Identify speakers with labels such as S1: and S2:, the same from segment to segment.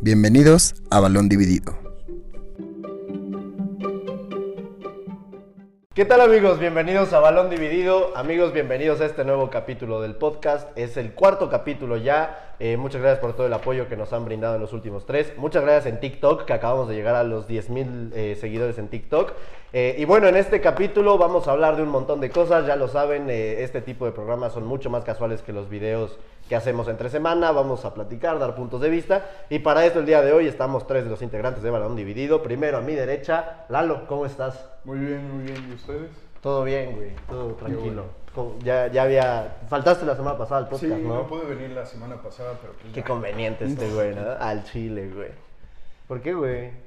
S1: Bienvenidos a Balón Dividido.
S2: ¿Qué tal amigos? Bienvenidos a Balón Dividido. Amigos, bienvenidos a este nuevo capítulo del podcast. Es el cuarto capítulo ya. Eh, muchas gracias por todo el apoyo que nos han brindado en los últimos tres. Muchas gracias en TikTok, que acabamos de llegar a los 10.000 mil eh, seguidores en TikTok. Eh, y bueno, en este capítulo vamos a hablar de un montón de cosas. Ya lo saben, eh, este tipo de programas son mucho más casuales que los videos que hacemos entre semana. Vamos a platicar, dar puntos de vista. Y para esto el día de hoy estamos tres de los integrantes de Balón Dividido. Primero a mi derecha, Lalo, ¿cómo estás?
S3: Muy bien, muy bien. ¿Y ustedes?
S2: Todo bien, güey. Todo tranquilo. Jo- Ya, ya había. Faltaste la semana pasada al podcast,
S3: Sí,
S2: ¿no?
S3: no pude venir la semana pasada, pero pues
S2: Qué
S3: ya.
S2: conveniente este güey, ¿no? Al chile, güey. ¿Por qué, güey?
S4: Pues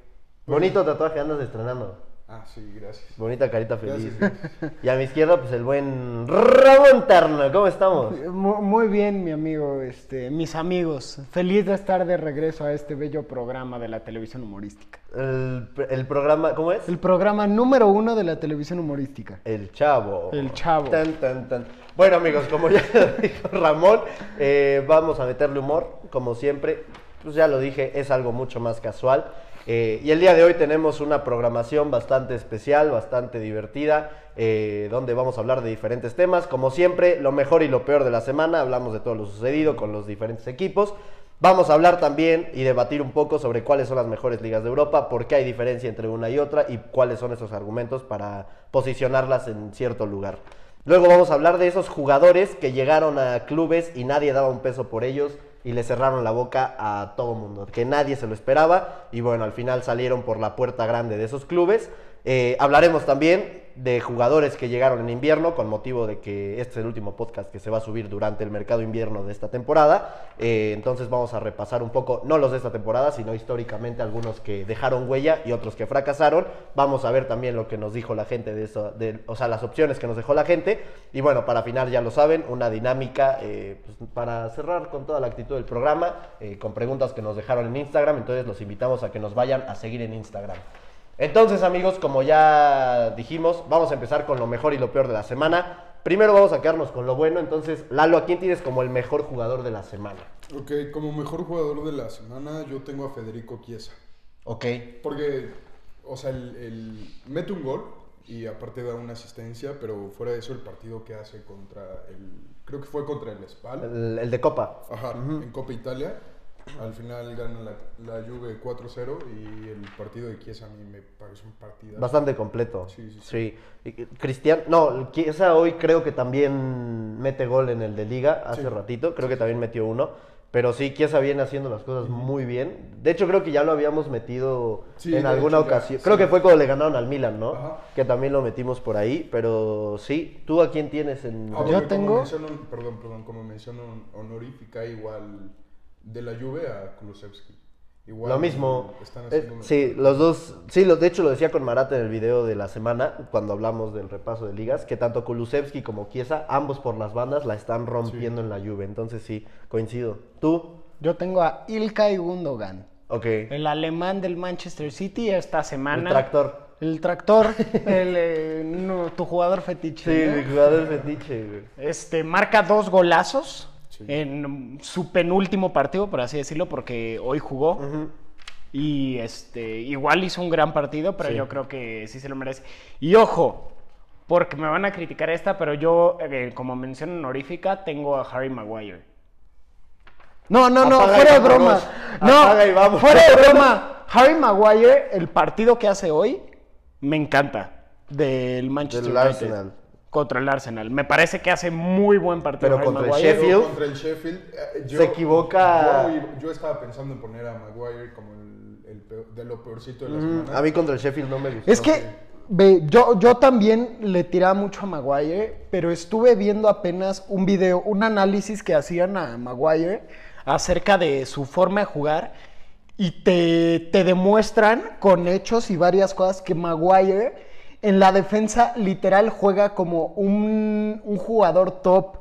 S2: Bonito tatuaje andas estrenando.
S3: Ah, sí, gracias.
S2: Bonita carita feliz.
S3: Gracias,
S2: y a mi izquierda, pues el buen Ramón Terno. ¿Cómo estamos?
S4: Mu- Muy bien, mi amigo, este, mis amigos. Feliz de estar de regreso a este bello programa de la televisión humorística.
S2: El, el programa, ¿cómo es?
S4: El programa número uno de la televisión humorística.
S2: El Chavo.
S4: El Chavo.
S2: Tan, tan, tan. Bueno, amigos, como ya lo dijo Ramón, eh, vamos a meterle humor, como siempre. Pues ya lo dije, es algo mucho más casual. Eh, y el día de hoy tenemos una programación bastante especial, bastante divertida, eh, donde vamos a hablar de diferentes temas. Como siempre, lo mejor y lo peor de la semana, hablamos de todo lo sucedido con los diferentes equipos. Vamos a hablar también y debatir un poco sobre cuáles son las mejores ligas de Europa, por qué hay diferencia entre una y otra y cuáles son esos argumentos para posicionarlas en cierto lugar. Luego vamos a hablar de esos jugadores que llegaron a clubes y nadie daba un peso por ellos y le cerraron la boca a todo mundo, que nadie se lo esperaba y bueno, al final salieron por la puerta grande de esos clubes. Eh, hablaremos también de jugadores que llegaron en invierno con motivo de que este es el último podcast que se va a subir durante el mercado invierno de esta temporada. Eh, entonces vamos a repasar un poco, no los de esta temporada, sino históricamente algunos que dejaron huella y otros que fracasaron. Vamos a ver también lo que nos dijo la gente de eso, de- o sea, las opciones que nos dejó la gente. Y bueno, para final ya lo saben, una dinámica eh, pues, para cerrar con toda la actitud del programa, eh, con preguntas que nos dejaron en Instagram. Entonces los invitamos a que nos vayan a seguir en Instagram. Entonces, amigos, como ya dijimos, vamos a empezar con lo mejor y lo peor de la semana. Primero vamos a quedarnos con lo bueno. Entonces, Lalo, ¿a quién tienes como el mejor jugador de la semana?
S3: Ok, como mejor jugador de la semana, yo tengo a Federico Chiesa.
S2: Ok.
S3: Porque, o sea, el, el- mete un gol y aparte da una asistencia, pero fuera de eso, el partido que hace contra el. Creo que fue contra el Spal.
S2: El, el de Copa.
S3: Ajá, en Copa Italia. Al final gana la, la Juve 4-0 y el partido de Chiesa a mí me parece un partido.
S2: Bastante completo.
S3: Sí, sí, sí.
S2: Y- y Cristian, no, esa hoy creo que también mete gol en el de Liga hace
S3: Sí.
S2: ratito, creo que también metió uno, pero sí, Kiesa viene haciendo las cosas muy bien. De hecho, creo que ya lo habíamos metido
S3: Sí,
S2: en
S3: de
S2: alguna
S3: hecho, ya,
S2: ocasión.
S3: sí.
S2: Creo que fue cuando le ganaron al Milan, ¿no?
S3: Ajá.
S2: Que también lo metimos por ahí, pero sí, ¿tú a quién tienes en...
S3: Ah, porque
S4: Yo
S3: como
S4: tengo-
S3: mención- perdón, perdón, como mención hon- honorífica, igual de la Juve a Kulusevski. Igual
S2: Lo mismo.
S3: Están
S2: Eh,
S3: haciendo una-
S2: sí, los dos. Sí, lo- de hecho lo decía con Marat en el video de la semana, cuando hablamos del repaso de ligas, que tanto Kulusevski como Kiesa, ambos por las bandas, la están rompiendo en la lluvia. Entonces sí, coincido. ¿Tú?
S4: Yo tengo a Ilkay Gundogan,
S2: Ok.
S4: el alemán del Manchester City esta
S2: El
S4: semana.
S2: tractor.
S4: El tractor, el, eh, no, tu jugador
S2: Sí,
S4: fetiche. ¿no?
S2: el jugador fetiche, güey.
S4: Este, marca dos golazos
S3: Sí.
S4: en su penúltimo partido, por así decirlo, porque hoy jugó. Y este, igual hizo un gran partido, pero
S2: Sí.
S4: yo creo que sí se lo merece. Y ojo, porque me van a criticar esta, pero yo, eh, como mención honorífica, tengo a Harry Maguire. No, no, no,
S2: Apaga y
S4: fuera de broma.
S2: vámonos. Apaga y
S4: No,
S2: vámonos.
S4: fuera de broma. Harry Maguire, el partido que hace hoy, me encanta. Del Manchester
S2: Del
S4: United.
S2: Arsenal.
S4: Contra el Arsenal. Me parece que hace muy buen partido.
S2: Pero
S4: Harry
S2: contra el
S4: Maguire.
S3: Pero
S2: Sheffield.
S3: Contra el Sheffield. eh,
S2: Se equivoca-
S3: Yo, yo estaba pensando en poner a Maguire como el, el peor- de lo peorcito de la
S2: Mm,
S3: semana.
S2: a mí contra el Sheffield no me gustó.
S4: Es que, ve, yo, yo también le tiraba mucho a Maguire, pero estuve viendo apenas un video, un análisis que hacían a Maguire acerca de su forma de jugar y te, te demuestran con hechos y varias cosas que Maguire en la defensa literal juega como un, un jugador top,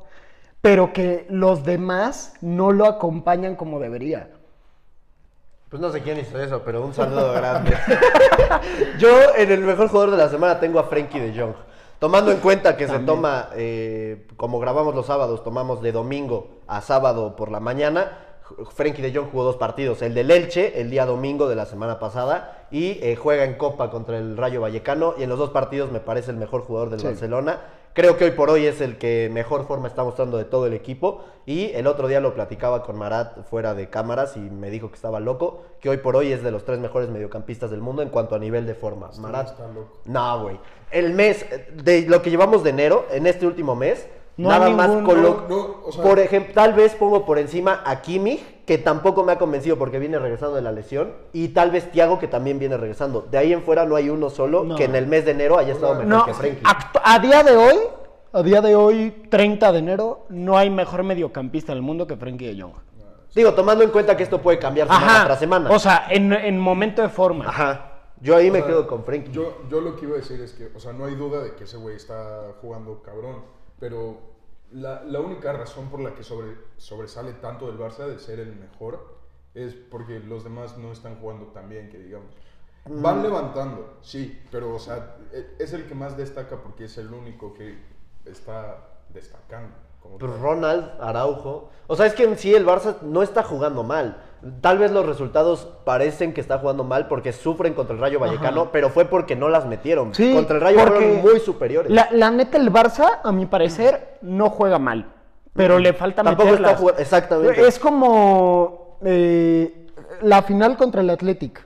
S4: pero que los demás no lo acompañan como debería.
S2: Pues no sé quién hizo eso, pero un saludo grande. Yo en el mejor jugador de la semana tengo a Frankie de Jong. Tomando en cuenta que se toma, eh, como grabamos los sábados, tomamos de domingo a sábado por la mañana. Frenkie de Jong jugó dos partidos, el del Elche el día domingo de la semana pasada y eh, juega en Copa contra el Rayo Vallecano y en los dos partidos me parece el mejor jugador del
S4: Sí.
S2: Barcelona. Creo que hoy por hoy es el que mejor forma está mostrando de todo el equipo y el otro día lo platicaba con Marat fuera de cámaras y me dijo que estaba loco, que hoy por hoy es de los tres mejores mediocampistas del mundo en cuanto a nivel de forma. Marat
S3: está loco.
S2: No, güey. El mes, eh, de lo que llevamos de enero, en este último mes,
S4: No
S2: nada
S4: hay
S2: más
S4: ningún-
S2: colo-
S3: no, no, o sea-
S2: por ejemplo, tal vez pongo por encima a Kimmich, que tampoco me ha convencido porque viene regresando de la lesión, y tal vez Thiago, que también viene regresando. De ahí en fuera no hay uno solo
S4: No.
S2: que en el mes de enero haya estado mejor
S4: No,
S2: que Frenkie.
S4: actu- a día de hoy, a día de hoy, 30 de enero, no hay mejor mediocampista del mundo que Frenkie de Jong.
S2: Digo, tomando en cuenta que esto puede cambiar semana tras semana.
S4: O sea, en, en momento de forma.
S2: Ajá. Yo ahí
S3: O
S2: me
S3: sea,
S2: quedo con Frenkie.
S3: Yo, yo lo que iba a decir es que, o sea, no hay duda de que ese güey está jugando cabrón, pero la, la única razón por la que sobre- sobresale tanto del Barça de ser el mejor es porque los demás no están jugando tan bien, que digamos.
S2: Mm.
S3: Van levantando, sí, pero, o sea, e- es el que más destaca porque es el único que está destacando. como
S2: Pues
S3: tal.
S2: Ronald, Araujo. O sea, es que en sí el Barça no está jugando mal. Tal vez los resultados parecen que está jugando mal porque sufren contra el Rayo Vallecano, pero fue porque no las metieron.
S4: Sí,
S2: contra el Rayo
S4: porque
S2: fueron muy superiores.
S4: La, la neta, el Barça, a mi parecer, no juega mal. Pero le falta
S2: Tampoco está
S4: meterlas.
S2: jugando- exactamente.
S4: Es como eh, la final contra el Athletic.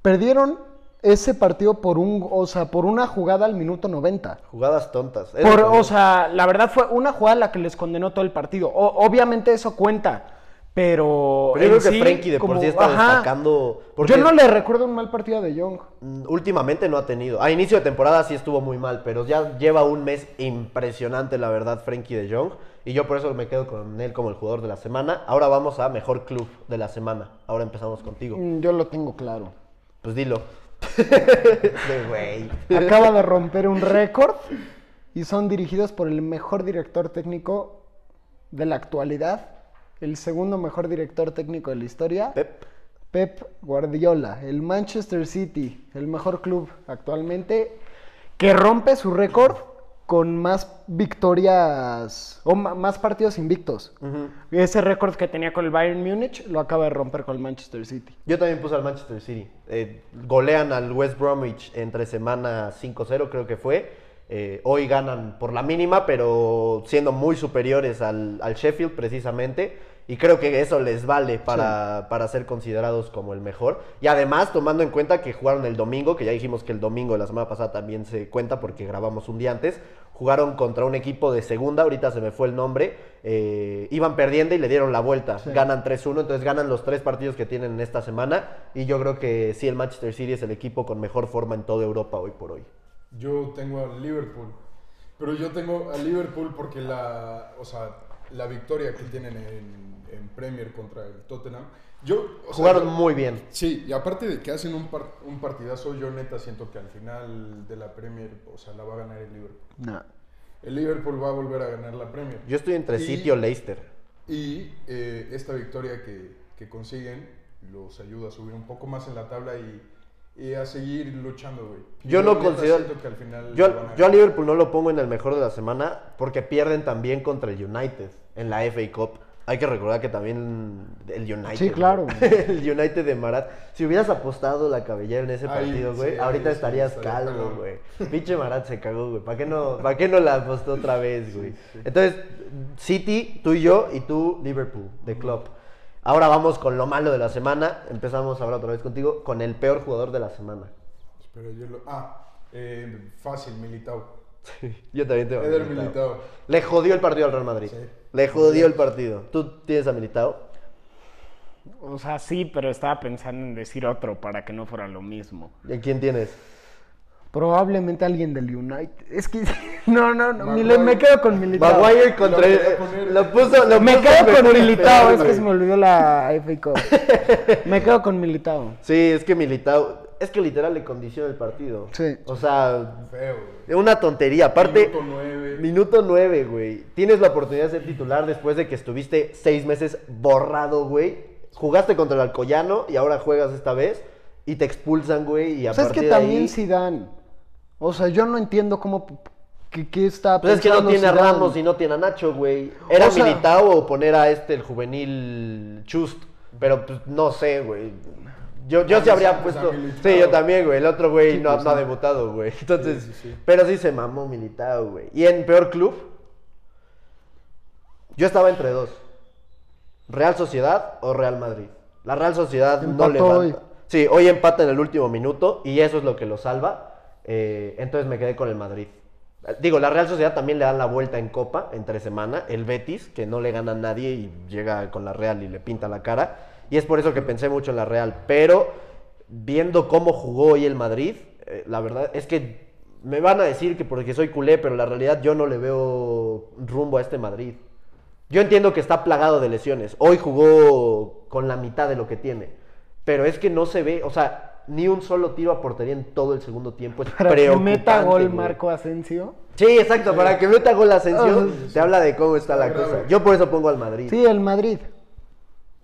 S4: Perdieron ese partido por un, o sea, por una jugada al minuto 90.
S2: Jugadas tontas. Es
S4: Por-
S2: lo que
S4: o
S2: digo.
S4: sea, la verdad fue una jugada la que les condenó todo el partido. O- obviamente eso cuenta, pero.
S2: Pero yo
S4: en
S2: creo que
S4: sí,
S2: Frenkie de por
S4: como-
S2: sí está
S4: ajá.
S2: destacando. Porque
S4: Yo no le recuerdo un mal partido de Young.
S2: mm, últimamente no ha tenido. A inicio de temporada sí estuvo muy mal, pero ya lleva un mes impresionante, la verdad, Frenkie de Jong. Y yo por eso me quedo con él como el jugador de la semana. Ahora vamos a mejor club de la semana. Ahora empezamos contigo.
S4: Mm, Yo lo tengo claro.
S2: Pues dilo. De güey.
S4: Acaba de romper un récord y son dirigidos por el mejor director técnico de la actualidad, el segundo mejor director técnico de la historia,
S2: Pep.
S4: Pep Guardiola, el Manchester City, el mejor club actualmente, que rompe su récord con más victorias o ma- más partidos invictos. Ese récord que tenía con el Bayern Múnich lo acaba de romper con el Manchester City.
S2: Yo también puse al Manchester City. Eh, golean al West Bromwich entre semana 5-0, creo que fue. Eh, hoy ganan por la mínima, pero siendo muy superiores al, al Sheffield precisamente. Y creo que eso les vale para, para ser considerados como el mejor. Y además, tomando en cuenta que jugaron el domingo, que ya dijimos que el domingo de la semana pasada también se cuenta porque grabamos un día antes, jugaron contra un equipo de segunda, ahorita se me fue el nombre, eh, iban perdiendo y le dieron la vuelta. Ganan 3-1, entonces ganan los tres partidos que tienen en esta semana. Y yo creo que sí, el Manchester City es el equipo con mejor forma en toda Europa hoy por hoy.
S3: Yo tengo a Liverpool. Pero yo tengo a Liverpool porque la, o sea, la victoria que tienen en, en Premier contra el Tottenham. Yo, o sea,
S2: Jugaron
S3: yo-
S2: muy bien.
S3: Sí, y aparte de que hacen un, par- un partidazo, yo neta siento que al final de la Premier, o sea, la va a ganar el Liverpool. El Liverpool va a volver a ganar la Premier.
S2: Yo estoy entre
S3: Y-
S2: City o Leicester.
S3: Y eh, esta victoria que, que consiguen los ayuda a subir un poco más en la tabla y, y a seguir luchando, güey.
S2: Yo no
S3: neta
S2: considero-
S3: siento que al final
S2: Yo,
S3: la van a
S2: yo a
S3: ganar.
S2: Liverpool no lo pongo en el mejor de la semana porque pierden también contra el United en la FA Cup. Hay que recordar que también el United.
S4: Sí, claro.
S2: güey. El United de Marat. Si hubieras apostado la cabellera en ese
S3: Ahí,
S2: partido, güey,
S3: sí,
S2: ahorita
S3: ahí sí,
S2: estarías
S3: estaría
S2: calvo,
S3: pelón.
S2: güey. Pinche Marat se cagó, güey. ¿Para qué, no, ¿Para qué no la apostó otra vez, güey? Entonces, City, tú y yo, y tú, Liverpool, de club. Ahora vamos con lo malo de la semana. Empezamos ahora otra vez contigo con el peor jugador de la semana.
S3: Pero yo lo... Ah, eh, fácil, Militao.
S2: Yo también te voy a
S3: Eder
S2: Militao.
S3: Militao.
S2: Le jodió el partido al Real Madrid.
S3: Sí.
S2: Le jodió el partido. ¿Tú tienes a Militao?
S4: O sea, sí, pero estaba pensando en decir otro para que no fuera lo mismo.
S2: ¿Y a quién tienes?
S4: Probablemente alguien del United. Es que no, no, no. mi- le-
S3: Maguire.
S4: me quedo con Militao.
S2: Maguire contra...
S3: Lo
S2: Lo,
S3: quería poner.
S2: puso... Lo
S4: Me
S2: puso
S4: quedo
S2: mejor
S4: con
S2: en
S4: Militao,
S2: peor,
S4: es que
S2: güey.
S4: se me olvidó la FA Cup. Me quedo con Militao.
S2: Sí, es que Militao... Es que literal le condiciona el partido.
S4: Sí.
S2: O sea...
S3: Feo, güey.
S2: Una tontería, aparte...
S3: Minuto nueve.
S2: Minuto nueve, güey. Tienes la oportunidad de ser titular después de que estuviste seis meses borrado, güey. Jugaste contra el Alcoyano y ahora juegas esta vez y te expulsan, güey. Y a
S4: O sea, es
S2: partir
S4: que
S2: de
S4: también
S2: ahí...
S4: Zidane. O sea, yo no entiendo cómo p- ¿Qué, qué está
S2: Pues es que no
S4: pensando
S2: tiene a
S4: Zidane?
S2: Ramos y no tiene a Nacho, güey. Era
S4: O sea-
S2: Militao o poner a este, el juvenil Chust. Pero pues, no sé, güey. Yo, yo sí
S3: Ah,
S2: habría
S3: sí, pues, a
S2: puesto.
S3: Militao.
S2: Sí, yo también, güey. El otro, güey,
S3: Sí,
S2: no,
S3: pues,
S2: no ha
S3: no.
S2: debutado, güey. Entonces.
S3: Sí, sí, sí.
S2: Pero sí se mamó Militao, güey. ¿Y en peor club? Yo estaba entre dos: Real Sociedad o Real Madrid. La Real Sociedad no
S4: Empató
S2: levanta.
S4: hoy.
S2: Sí, hoy empata en el último minuto y eso es lo que lo salva. Eh, entonces me quedé con el Madrid. Eh, Digo, la Real Sociedad también le dan la vuelta en Copa entre semana. El Betis, que no le gana a nadie y llega con la Real y le pinta la cara. Y es por eso que pensé mucho en la Real. Pero viendo cómo jugó hoy el Madrid, eh, la verdad es que me van a decir que porque soy culé, pero la realidad yo no le veo rumbo a este Madrid. Yo entiendo que está plagado de lesiones. Hoy jugó con la mitad de lo que tiene. Pero es que no se ve, o sea, ni un solo tiro a portería en todo el segundo tiempo. Es
S4: Para que meta
S2: preocupante,
S4: gol
S2: güey.
S4: Marco Asensio.
S2: Sí, exacto, para que meta gol Asensio,
S4: Ah,
S2: te habla de cómo está la
S3: Está grave.
S2: cosa. Yo por eso pongo al Madrid.
S4: Sí, el Madrid.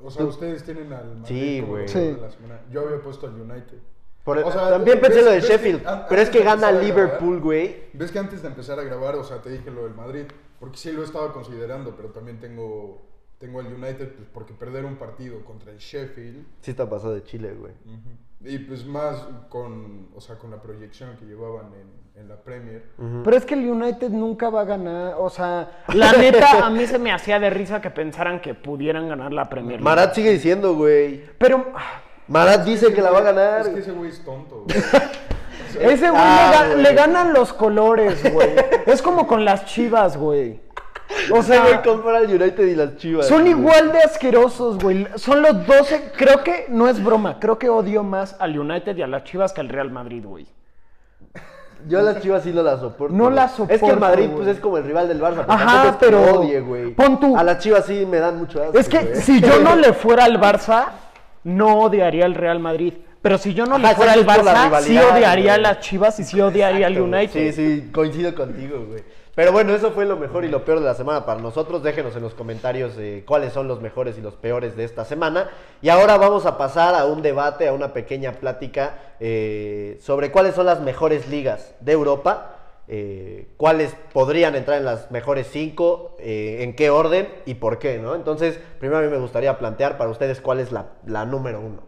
S3: O sea, ustedes tienen al Madrid
S2: Sí,
S3: como
S2: güey.
S3: campeón de
S4: Sí.
S3: la semana. Yo había puesto al United.
S2: Por-
S3: O sea,
S2: también pensé
S3: ves-
S2: lo de
S3: ves que
S2: Sheffield,
S3: an-
S2: pero es
S3: antes
S2: que
S3: de
S2: gana
S3: empezar a grabar,
S2: Liverpool, güey.
S3: Ves que antes de empezar a grabar, o sea, te dije lo del Madrid, porque sí lo estaba considerando, pero también tengo, tengo al United, pues porque perder un partido contra el Sheffield,
S2: Sí está pasado de Chile, güey.
S3: y pues más con, o sea, con la proyección que llevaban en, en la Premier.
S4: Pero es que el United nunca va a ganar. O sea, la neta, a mí se me hacía de risa que pensaran que pudieran ganar la Premier League.
S2: Marat sigue diciendo, güey.
S4: Pero ah,
S2: Marat dice que la va a ganar.
S3: Es que ese güey es tonto, güey.
S4: ese güey
S2: Ah,
S4: le, ga-
S2: güey.
S4: le ganan los colores, güey. Es como con las chivas, güey. O
S2: Ese güey
S4: sea,
S2: compara al United y las Chivas.
S4: son
S2: güey.
S4: igual de asquerosos, güey. Son los 12. Creo que no es broma. Creo que odio más al United y a las chivas que al Real Madrid, güey.
S2: Yo a las Chivas sí no las soporto.
S4: No
S2: güey.
S4: las
S2: Es que el
S4: soporto,
S2: Madrid
S4: güey.
S2: pues es como el rival del Barça.
S4: Ajá,
S2: Ajá, pero
S4: pero-
S2: odie, güey.
S4: pon tú.
S2: A las Chivas sí me dan mucho asco,
S4: Es que
S2: güey.
S4: si yo no le fuera al Barça, no odiaría al Real Madrid. Pero si yo no le
S2: Ajá,
S4: fuera al
S2: exacto, es por la
S4: Barça, sí
S2: rivalidad,
S4: odiaría a
S2: güey.
S4: las Chivas y sí odiaría al
S2: Exacto, güey.
S4: United.
S2: Sí, sí, coincido contigo, güey. Pero bueno, eso fue lo mejor y lo peor de la semana para nosotros. Déjenos en los comentarios eh, cuáles son los mejores y los peores de esta semana. Y ahora vamos a pasar a un debate, a una pequeña plática eh, sobre cuáles son las mejores ligas de Europa, eh, cuáles podrían entrar en las mejores cinco, eh, en qué orden y por qué, ¿no? Entonces, primero a mí me gustaría plantear para ustedes cuál es la, la número uno.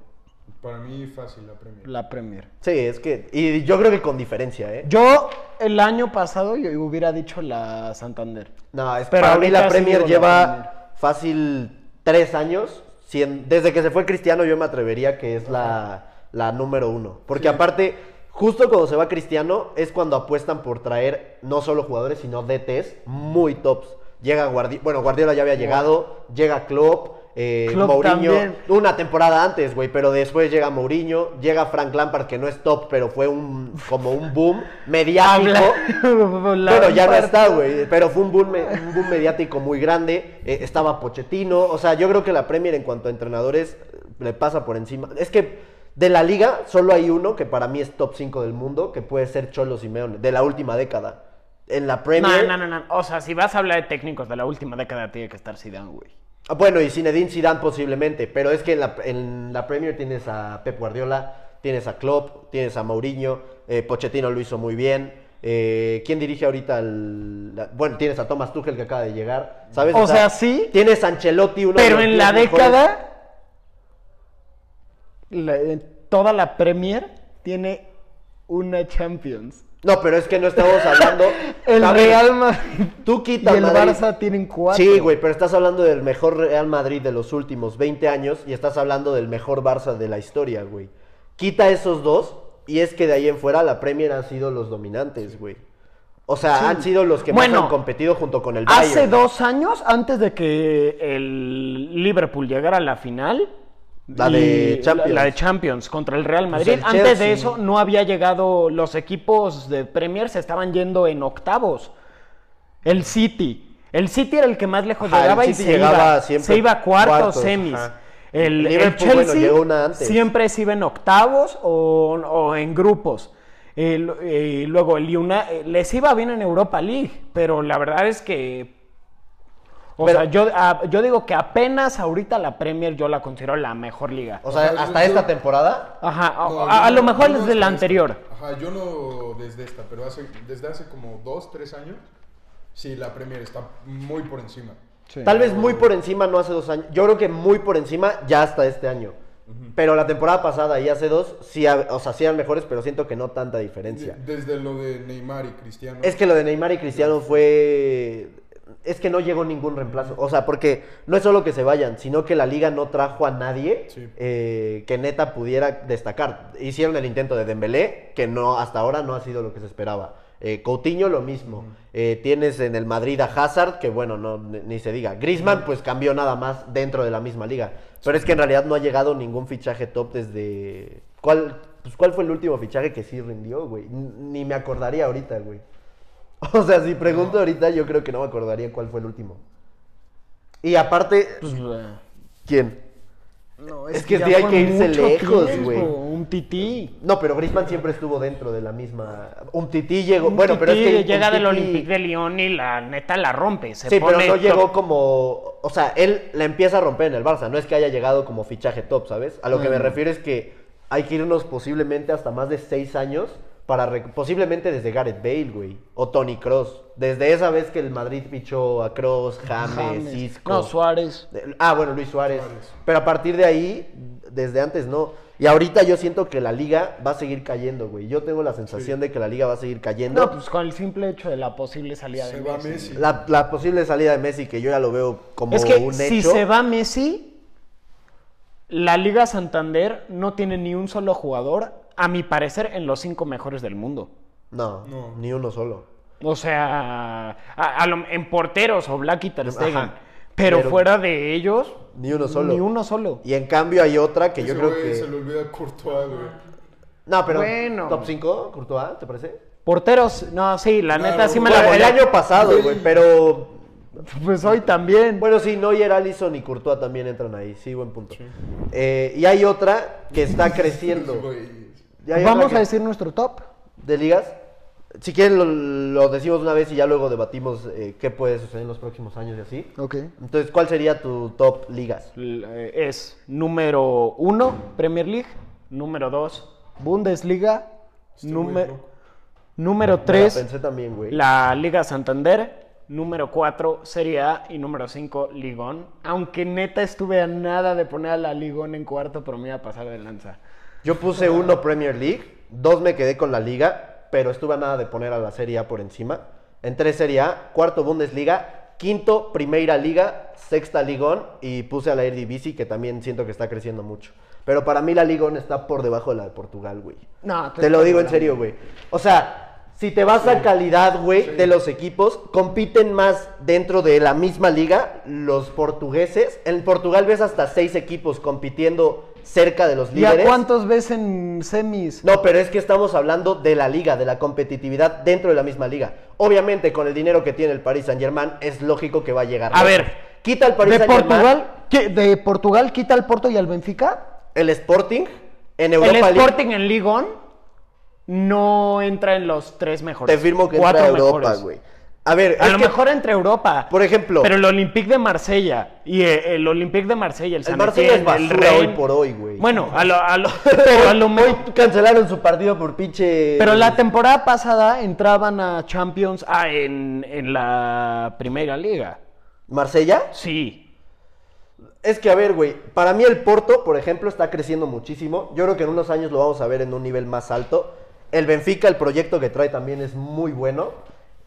S3: Para mí, fácil la Premier.
S4: La Premier.
S2: Sí, es que. Y yo creo que con diferencia, ¿eh?
S4: Yo el año pasado yo hubiera dicho la Santander.
S2: No, es
S4: Pero
S2: para mí la
S4: ahorita sí
S2: Premier
S4: digo la
S2: lleva
S4: Premier.
S2: fácil tres años. Si en- desde que se fue Cristiano, yo me atrevería que es la, la número uno. Porque aparte, justo cuando se va Cristiano, es cuando apuestan por traer no solo jugadores, sino DTs muy tops. Llega Guardiola, bueno, Guardiola ya había llegado, llega Klopp, eh,
S4: Klopp
S2: Mourinho,
S4: también.
S2: una temporada antes, güey, pero después llega Mourinho, llega Frank Lampard, que no es top, pero fue un como un boom mediático. Bueno, ya no está, güey. Pero fue un boom, me- un boom mediático muy grande. eh, estaba Pochettino. O sea, yo creo que la Premier en cuanto a entrenadores eh, le pasa por encima. Es que de la liga solo hay uno que para mí es top 5 del mundo, que puede ser Cholo Simeone, de la última década. En la
S4: No,
S2: Premier...
S4: no, no, no. O sea, si vas a hablar de técnicos de la última década, tiene que estar Zidane, güey.
S2: Ah, Bueno, y Zinedine Zidane posiblemente, pero es que en la, en la Premier tienes a Pep Guardiola, tienes a Klopp, tienes a Mourinho, eh, Pochettino lo hizo muy bien. eh, ¿Quién dirige ahorita al...? la- bueno, tienes a Thomas Tuchel que acaba de llegar, ¿sabes?
S4: O sea, sí.
S2: Tienes a Ancelotti, uno de
S4: Pero
S2: los
S4: en
S2: diez
S4: la
S2: mejores-
S4: década, la- en toda la Premier tiene una Champions.
S2: No, pero es que no estamos hablando...
S4: El
S2: También,
S4: Real Madrid
S2: Tú
S4: y el
S2: quitas Madrid.
S4: Barça tienen cuatro.
S2: Sí, güey, pero estás hablando del mejor Real Madrid de los últimos 20 años y estás hablando del mejor Barça de la historia, güey. Quita esos dos y es que de ahí en fuera la Premier han sido los dominantes, güey. O sea, han sido los que más
S4: Bueno,
S2: han competido junto con el Bayern.
S4: Hace dos años, antes de que el Liverpool llegara a la final.
S2: La de
S4: y-
S2: Champions.
S4: la de Champions contra el Real
S2: Pues
S4: Madrid.
S2: el
S4: antes
S2: Chelsea.
S4: de eso no había llegado. Los equipos de Premier se estaban yendo en octavos. El City. El City era el que más lejos
S2: Ajá, el
S4: llegaba y
S2: City
S4: se
S2: llegaba
S4: iba.
S2: siempre
S4: se iba a cuartos,
S2: cuartos,
S4: semis.
S2: ajá.
S4: El, el
S2: Liverpool,
S4: Chelsea
S2: bueno, llegó una antes.
S4: siempre se iba en octavos o, o en grupos. El- eh, luego el Una- eh, les iba bien en Europa League, pero la verdad es que O
S2: Pero-
S4: sea, yo, a- yo digo que apenas ahorita la Premier yo la considero la mejor liga.
S2: O sea,
S3: Ajá,
S2: hasta
S3: yo-
S2: esta
S3: yo-
S2: temporada.
S4: Ajá, a,
S3: No,
S4: a-
S3: yo
S4: Ah, a
S3: no-
S4: lo mejor
S3: yo no
S4: desde
S3: desde
S4: la
S3: esta.
S4: anterior.
S3: Ajá, yo no desde esta, pero hace, desde hace como dos, tres años, sí, la Premier está muy por encima.
S2: Tal vez muy por encima, no hace dos años. Yo creo que muy por encima ya hasta este año. Pero la temporada pasada y hace dos, sí, hab- o sea, sí eran mejores, pero siento que no tanta diferencia.
S3: Desde lo de Neymar y Cristiano.
S2: Es que lo de Neymar y Cristiano fue. Es que no llegó ningún reemplazo. O sea, porque no es solo que se vayan, sino que la liga no trajo a nadie
S3: Sí.
S2: eh, que neta pudiera destacar. Hicieron el intento de Dembélé, que no hasta ahora no ha sido lo que se esperaba. Eh, Coutinho lo mismo. Eh, tienes en el Madrid a Hazard, que bueno, no, ni, ni se diga. Griezmann pues cambió nada más dentro de la misma liga. Pero es que en realidad no ha llegado ningún fichaje top desde... ¿Cuál, pues, ¿cuál fue el último fichaje que sí rindió, güey? N- Ni me acordaría ahorita, güey. O sea, si pregunto ahorita, yo creo que no me acordaría cuál fue el último. Y aparte,
S4: Pues, eh,
S2: ¿quién?
S4: no,
S2: Es que
S4: ya
S2: sí hay
S4: fue
S2: que irse
S4: mucho
S2: lejos,
S4: tiempo,
S2: güey.
S4: Un tití.
S2: No, pero Griezmann siempre estuvo dentro de la misma. Un tití llegó.
S4: Un
S2: bueno, pero es
S4: tití
S2: que. un
S4: llega del
S2: Tití-
S4: Olympique de Lyon y la neta la rompe. Se
S2: Sí, pero
S4: pone
S2: no
S4: top.
S2: llegó como. O sea, él la empieza a romper en el Barça. No es que haya llegado como fichaje top, ¿sabes? A lo que me
S4: Mm.
S2: refiero es que hay que irnos posiblemente hasta más de seis años. Para re- posiblemente desde Gareth Bale, güey. O Tony Cross. Desde esa vez que el Madrid fichó a Cross, James,
S4: James.
S2: Isco.
S4: No, Suárez.
S2: De- Ah, bueno, Luis Suárez.
S3: Suárez.
S2: Pero a partir de ahí, desde antes no. Y ahorita yo siento que la liga va a seguir cayendo, güey. Yo tengo la sensación de que la liga va a seguir cayendo.
S4: No, pues con el simple hecho de la posible salida
S3: se
S4: de
S3: va
S4: Messi.
S3: Messi.
S2: la, la posible salida de Messi, que yo ya lo veo como
S4: Es que
S2: un
S4: si
S2: hecho.
S4: se va Messi, la Liga Santander no tiene ni un solo jugador, a mi parecer, en los cinco mejores del mundo.
S2: No,
S3: No.
S2: ni uno solo.
S4: O sea, a- a lo- en porteros o Black y Ter Stegen.
S2: Ajá.
S4: Pero,
S2: Pero-
S4: fuera de ellos,
S2: Ni uno solo.
S4: Ni uno solo.
S2: Y en cambio hay otra que
S3: Ese
S2: yo creo
S3: güey
S2: que.
S3: se le olvida a Courtois, güey.
S2: No, pero.
S4: Bueno.
S2: Top 5, Courtois, ¿te parece?
S4: Porteros, no, sí, la
S3: No,
S4: neta sí me
S2: Bueno,
S4: la
S2: el
S4: volé.
S2: año pasado, güey, pero.
S4: Pues hoy también.
S2: Bueno, sí, Neuer, Allison y Courtois también entran ahí. Sí, buen punto. Eh, y hay otra que está creciendo.
S3: Ese güey.
S2: Y hay
S4: Vamos
S2: otra
S4: a
S2: que-
S4: decir nuestro top.
S2: de ligas. Si quieren lo, lo decimos una vez y ya luego debatimos eh, qué puede suceder en los próximos años y así.
S4: Ok.
S2: Entonces, ¿cuál sería tu top ligas?
S4: eh, Es número uno, Premier League. Número dos, Bundesliga.
S3: Este güey
S4: Número,
S3: loco.
S4: número
S2: Me la
S4: tres,
S2: pensé también, güey.
S4: La Liga Santander, número 4 Serie A y número 5 Ligón. Aunque neta estuve a nada de poner a la Ligón en cuarto, pero me iba a pasar de lanza.
S2: Yo puse uno Premier League, dos me quedé con la liga, pero estuve a nada de poner a la Serie A por encima. En tres Serie A, cuarto Bundesliga, quinto Primera Liga, sexta Ligón y puse a la Eredivisie que también siento que está creciendo mucho. Pero para mí la Ligón está por debajo de la de Portugal, güey.
S4: No, pues tú
S2: Te lo
S4: estás
S2: digo en
S4: volando.
S2: serio, güey. O sea, si te vas a calidad, güey, de los equipos, compiten más dentro de la misma liga los portugueses. En Portugal ves hasta seis equipos compitiendo cerca de los
S4: ¿Y a
S2: líderes.
S4: cuántos ves en semis?
S2: No, pero es que estamos hablando de la liga, de la competitividad dentro de la misma liga. Obviamente, con el dinero que tiene el Paris Saint-Germain, es lógico que va a llegar.
S4: A
S2: lejos.
S4: ver,
S2: quita el Paris
S4: ¿De
S2: Saint-Germain,
S4: Portugal? ¿Qué? ¿De Portugal quita al Porto y al Benfica?
S2: el Sporting, en Europa
S4: el
S2: League-
S4: Sporting en Ligón no entra en los tres mejores.
S2: Te firmo que
S4: cuatro
S2: entra a Europa,
S4: mejores.
S2: güey. A ver,
S4: A
S2: es
S4: lo
S2: que
S4: mejor entre Europa.
S2: Por ejemplo-
S4: Pero el Olympique de Marsella. Y eh, el, Olympique de Marsella, el
S2: El
S4: San
S2: Marsella es
S4: Etienne, el
S2: basura
S4: Rennes.
S2: hoy por hoy, güey.
S4: Bueno, a lo, a lo, pero a lo
S2: hoy
S4: mejor-
S2: cancelaron su partido por pinche.
S4: Pero la temporada pasada entraban a Champions ah, en, en la Primera Liga.
S2: ¿Marsella?
S4: Sí.
S2: Es que, a ver, güey, para mí el Porto, por ejemplo, está creciendo muchísimo. Yo creo que en unos años lo vamos a ver en un nivel más alto. El Benfica, el proyecto que trae también es muy bueno.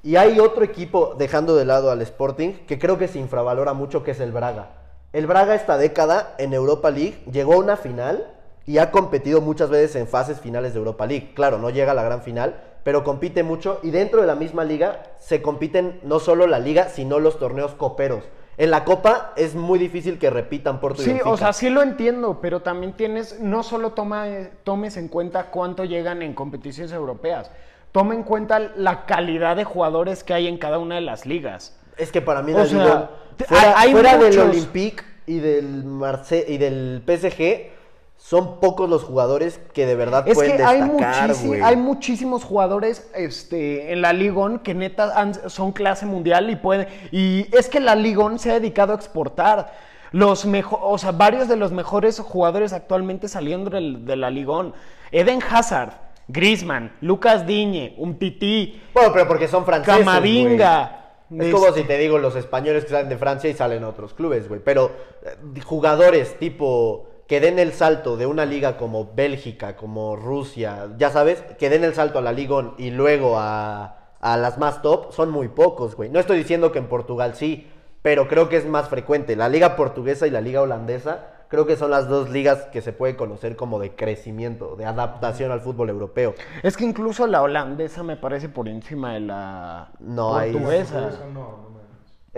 S2: Y hay otro equipo, dejando de lado al Sporting, que creo que se infravalora mucho, que es el Braga. El Braga esta década en Europa League llegó a una final y ha competido muchas veces en fases finales de Europa League. Claro, no llega a la gran final, pero compite mucho y dentro de la misma liga se compiten no solo la liga, sino los torneos coperos. En la Copa es muy difícil que repitan Porto y
S4: Sí,
S2: Benfica.
S4: o sea, sí lo entiendo, pero también tienes, no solo toma, tomes en cuenta cuánto llegan en competiciones europeas, toma en cuenta la calidad de jugadores que hay en cada una de las ligas.
S2: Es que para mí
S4: O
S2: la
S4: sea,
S2: Liga,
S4: te-
S2: fuera,
S4: hay- hay
S2: fuera del
S4: muchos.
S2: Olympique y del Marse y del PSG son pocos los jugadores que de verdad
S4: Es
S2: Ah, pueden
S4: que hay,
S2: destacar,
S4: muchísi-
S2: güey.
S4: hay muchísimos jugadores este, en la Ligón que neta han- son clase mundial y pueden. Y es que la Ligón se ha dedicado a exportar. Los mejo- o sea, varios de los mejores jugadores actualmente saliendo del- de la Ligón. Eden Hazard, Griezmann, Lucas Diñe, Umtiti,
S2: Bueno, pero porque son franceses, güey.
S4: Camavinga.
S2: Es como si te digo los españoles que salen de Francia y salen a otros clubes, güey. Pero eh, jugadores tipo que den el salto de una liga como Bélgica, como Rusia, ya sabes, que den el salto a la Ligón y luego a, a las más top, son muy pocos, güey. No estoy diciendo que en Portugal sí, pero creo que es más frecuente. La liga portuguesa y la liga holandesa creo que son las dos ligas que se puede conocer como de crecimiento, de adaptación al fútbol europeo.
S4: Es que incluso la holandesa me parece por encima de la
S2: No, ahí-
S4: portuguesa.
S3: Esa no, no me-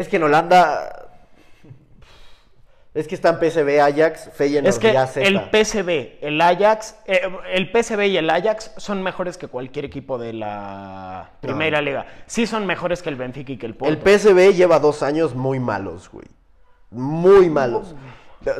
S2: Es que en Holanda. Es que están PSV, Ajax, Feyenoord
S4: Es que
S2: y AZ.
S4: el PSV, el Ajax, eh, el PSV y el Ajax son mejores que cualquier equipo de la Primera Liga. Sí son mejores que el Benfica y que el Porto.
S2: El PSV lleva dos años muy malos, güey. Muy malos.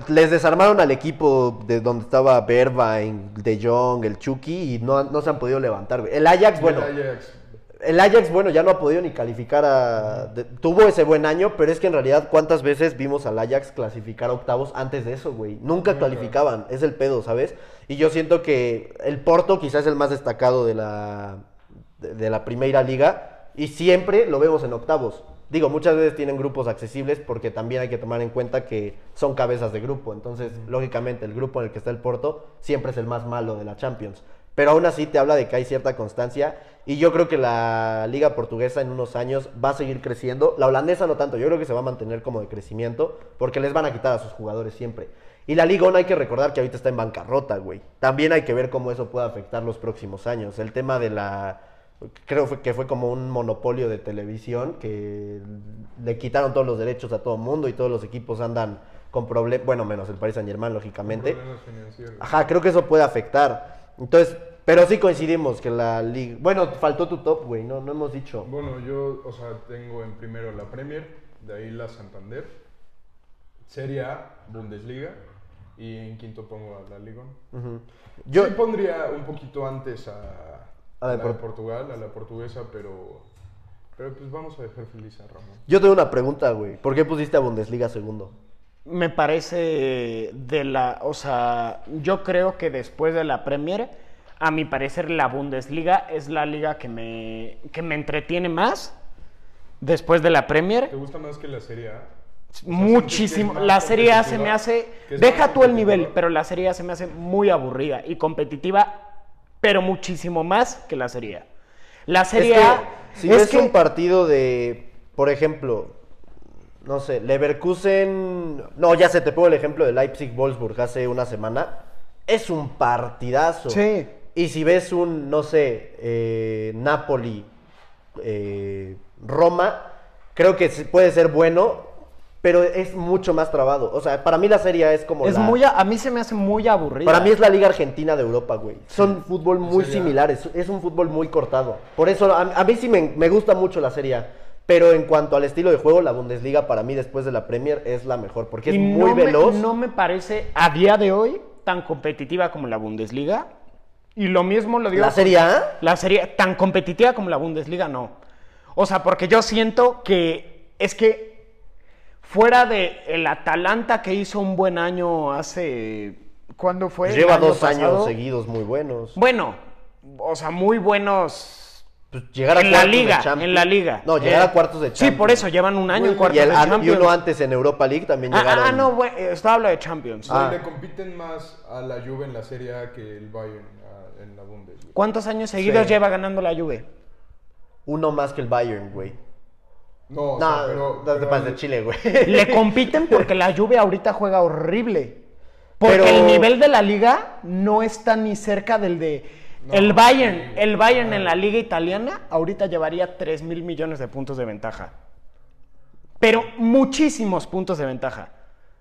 S2: Les desarmaron al equipo de donde estaba Bergwijn, De Jong, el Chucky y no, no se han podido levantar. güey. El Ajax, bueno,
S3: El Ajax.
S2: el Ajax, bueno, ya no ha podido ni calificar a... de- tuvo ese buen año, pero es que en realidad, ¿cuántas veces vimos al Ajax clasificar a octavos antes de eso, güey? Nunca calificaban, es el pedo, ¿sabes? Y yo siento que el Porto quizás es el más destacado de la, de, de la Primera Liga y siempre lo vemos en octavos. Digo, muchas veces tienen grupos accesibles porque también hay que tomar en cuenta que son cabezas de grupo. Entonces, lógicamente, el grupo en el que está el Porto siempre es el más malo de la Champions. Pero aún así te habla de que hay cierta constancia. Y yo creo que la liga portuguesa en unos años va a seguir creciendo. La holandesa no tanto, yo creo que se va a mantener como de crecimiento porque les van a quitar a sus jugadores siempre. Y la Ligón hay que recordar que ahorita está en bancarrota, güey. También hay que ver cómo eso puede afectar los próximos años. El tema de la... Creo fue- que fue como un monopolio de televisión que le quitaron todos los derechos a todo mundo y todos los equipos andan con problemas. Bueno, menos el Paris Saint Germain, lógicamente.
S3: Problemas financieros.
S2: Ajá, creo que eso puede afectar. Entonces, pero sí coincidimos que la liga. Bueno, faltó tu top, güey, no, no hemos dicho.
S3: Bueno, yo, o sea, tengo en primero la Premier, de ahí la Santander, Serie A, Bundesliga, y en quinto pongo a la Liga.
S2: Ujú.
S3: Yo
S2: Yo,
S3: sí pondría un poquito antes a,
S2: A la de
S3: la
S2: Port-
S3: de Portugal, a la portuguesa, pero, pero pues vamos a dejar feliz a Ramón.
S2: yo tengo una pregunta, güey. ¿Por qué pusiste a Bundesliga segundo?
S4: Me parece de la, o sea, yo creo que después de la Premier, a mi parecer la Bundesliga es la liga que me que me entretiene más después de la Premier.
S3: ¿Te gusta más que la Serie A?
S4: Muchísimo.
S3: ¿sientes que es más
S4: La Serie A se me
S3: competitiva?
S4: hace.
S3: ¿Que es
S4: Deja
S3: más
S4: tú el
S3: competitiva?
S4: nivel, pero la Serie A se me hace muy aburrida y competitiva, pero muchísimo más que la Serie A. La Serie
S2: Es que,
S4: A.
S2: si
S4: es
S2: ves
S4: que-
S2: un partido de, por ejemplo, no sé, Leverkusen. No, ya se te pongo el ejemplo de Leipzig-Wolfsburg hace una semana. Es un partidazo.
S4: Sí.
S2: Y si ves un, no sé, eh, Napoli, eh, Roma, creo que sí puede ser bueno, pero es mucho más trabado. O sea, para mí la serie A es como
S4: es
S2: la-
S4: muy, a a mí se me hace muy aburrida.
S2: para mí es la Liga Argentina de Europa, güey. Son fútbol muy
S3: Serie A.
S2: similares. Es un fútbol muy cortado. Por eso, a, a mí sí me, me gusta mucho la Serie A. Pero en cuanto al estilo de juego, la Bundesliga para mí después de la Premier es la mejor. Porque es
S4: Y
S2: muy
S4: no me-
S2: veloz.
S4: no me parece a día de hoy tan competitiva como la Bundesliga. Y lo mismo lo digo.
S2: La
S4: con-
S2: Serie A.
S4: La serie tan competitiva como la Bundesliga, no. O sea, porque yo siento que es que fuera de el Atalanta que hizo un buen año hace ¿cuándo fue? El
S2: pues, lleva
S4: año
S2: dos
S4: pasado.
S2: años seguidos muy buenos.
S4: Bueno, o sea, muy buenos
S2: Pues llegar a
S4: en la
S2: cuartos de
S4: liga,
S2: Champions-
S4: en la liga.
S2: No, llegar
S4: Eh,
S2: a cuartos de
S4: sí,
S2: Champions.
S4: por eso, llevan un año en
S2: Y
S4: cuartos
S2: el
S4: de
S2: an- Y
S4: Champions.
S2: uno antes en Europa League también
S4: Ah,
S2: llegaron.
S4: ah, no, bueno, esto habla de Champions.
S2: Ah.
S3: Le compiten más a la Juve en la Serie A que el Bayern a- en la Bundesliga.
S4: ¿Cuántos años seguidos
S2: Sí.
S4: lleva ganando la Juve?
S2: Uno más que el Bayern, güey.
S3: No, o sea,
S2: No,
S3: pero,
S2: no te
S3: pero
S2: pases de Chile, güey.
S4: Le compiten porque la Juve ahorita juega horrible. Porque
S2: Pero-
S4: el nivel de la liga no está ni cerca del de...
S3: No,
S4: el Bayern,
S3: sí,
S4: el Bayern en la
S3: claro.
S4: liga italiana ahorita llevaría 3 mil millones de puntos de ventaja. Pero muchísimos puntos de ventaja.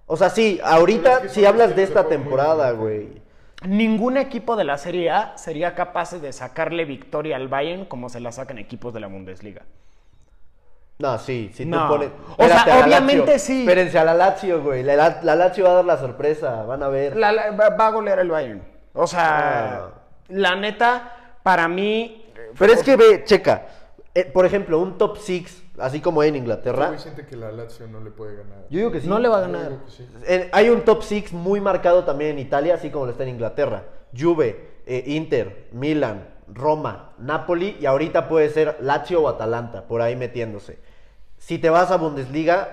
S2: O sea, sí,
S3: Pero es
S2: ahorita,
S3: que
S2: si
S3: son
S2: hablas de
S3: estilos de
S2: esta
S3: juego muy
S2: temporada,
S3: diferentes.
S2: güey.
S4: Ningún equipo de la Serie A sería capaz de sacarle victoria al Bayern como se la sacan equipos de la Bundesliga.
S2: No, sí, si
S4: No.
S2: tú pones.
S4: O sea,
S2: Espérate a la
S4: obviamente
S2: Lazio.
S4: sí.
S2: Espérense a la Lazio, güey. La, la- la Lazio va a dar la sorpresa, van a ver.
S4: La- la- va va a golear el Bayern. O sea,
S2: Ah.
S4: la neta, para mí.
S2: Pero es que ve, checa. eh, por ejemplo, un top 6, así como en
S3: Yo
S2: Inglaterra.
S3: güey siente que la Lazio no le puede ganar.
S2: Yo digo que sí.
S4: No le va a
S3: Yo
S4: ganar.
S3: digo que sí.
S2: Eh, hay un top 6 muy marcado también en Italia, así como lo está en Inglaterra. Juve, eh, Inter, Milan, Roma, Napoli y ahorita puede ser Lazio o Atalanta, por ahí metiéndose. Si te vas a Bundesliga,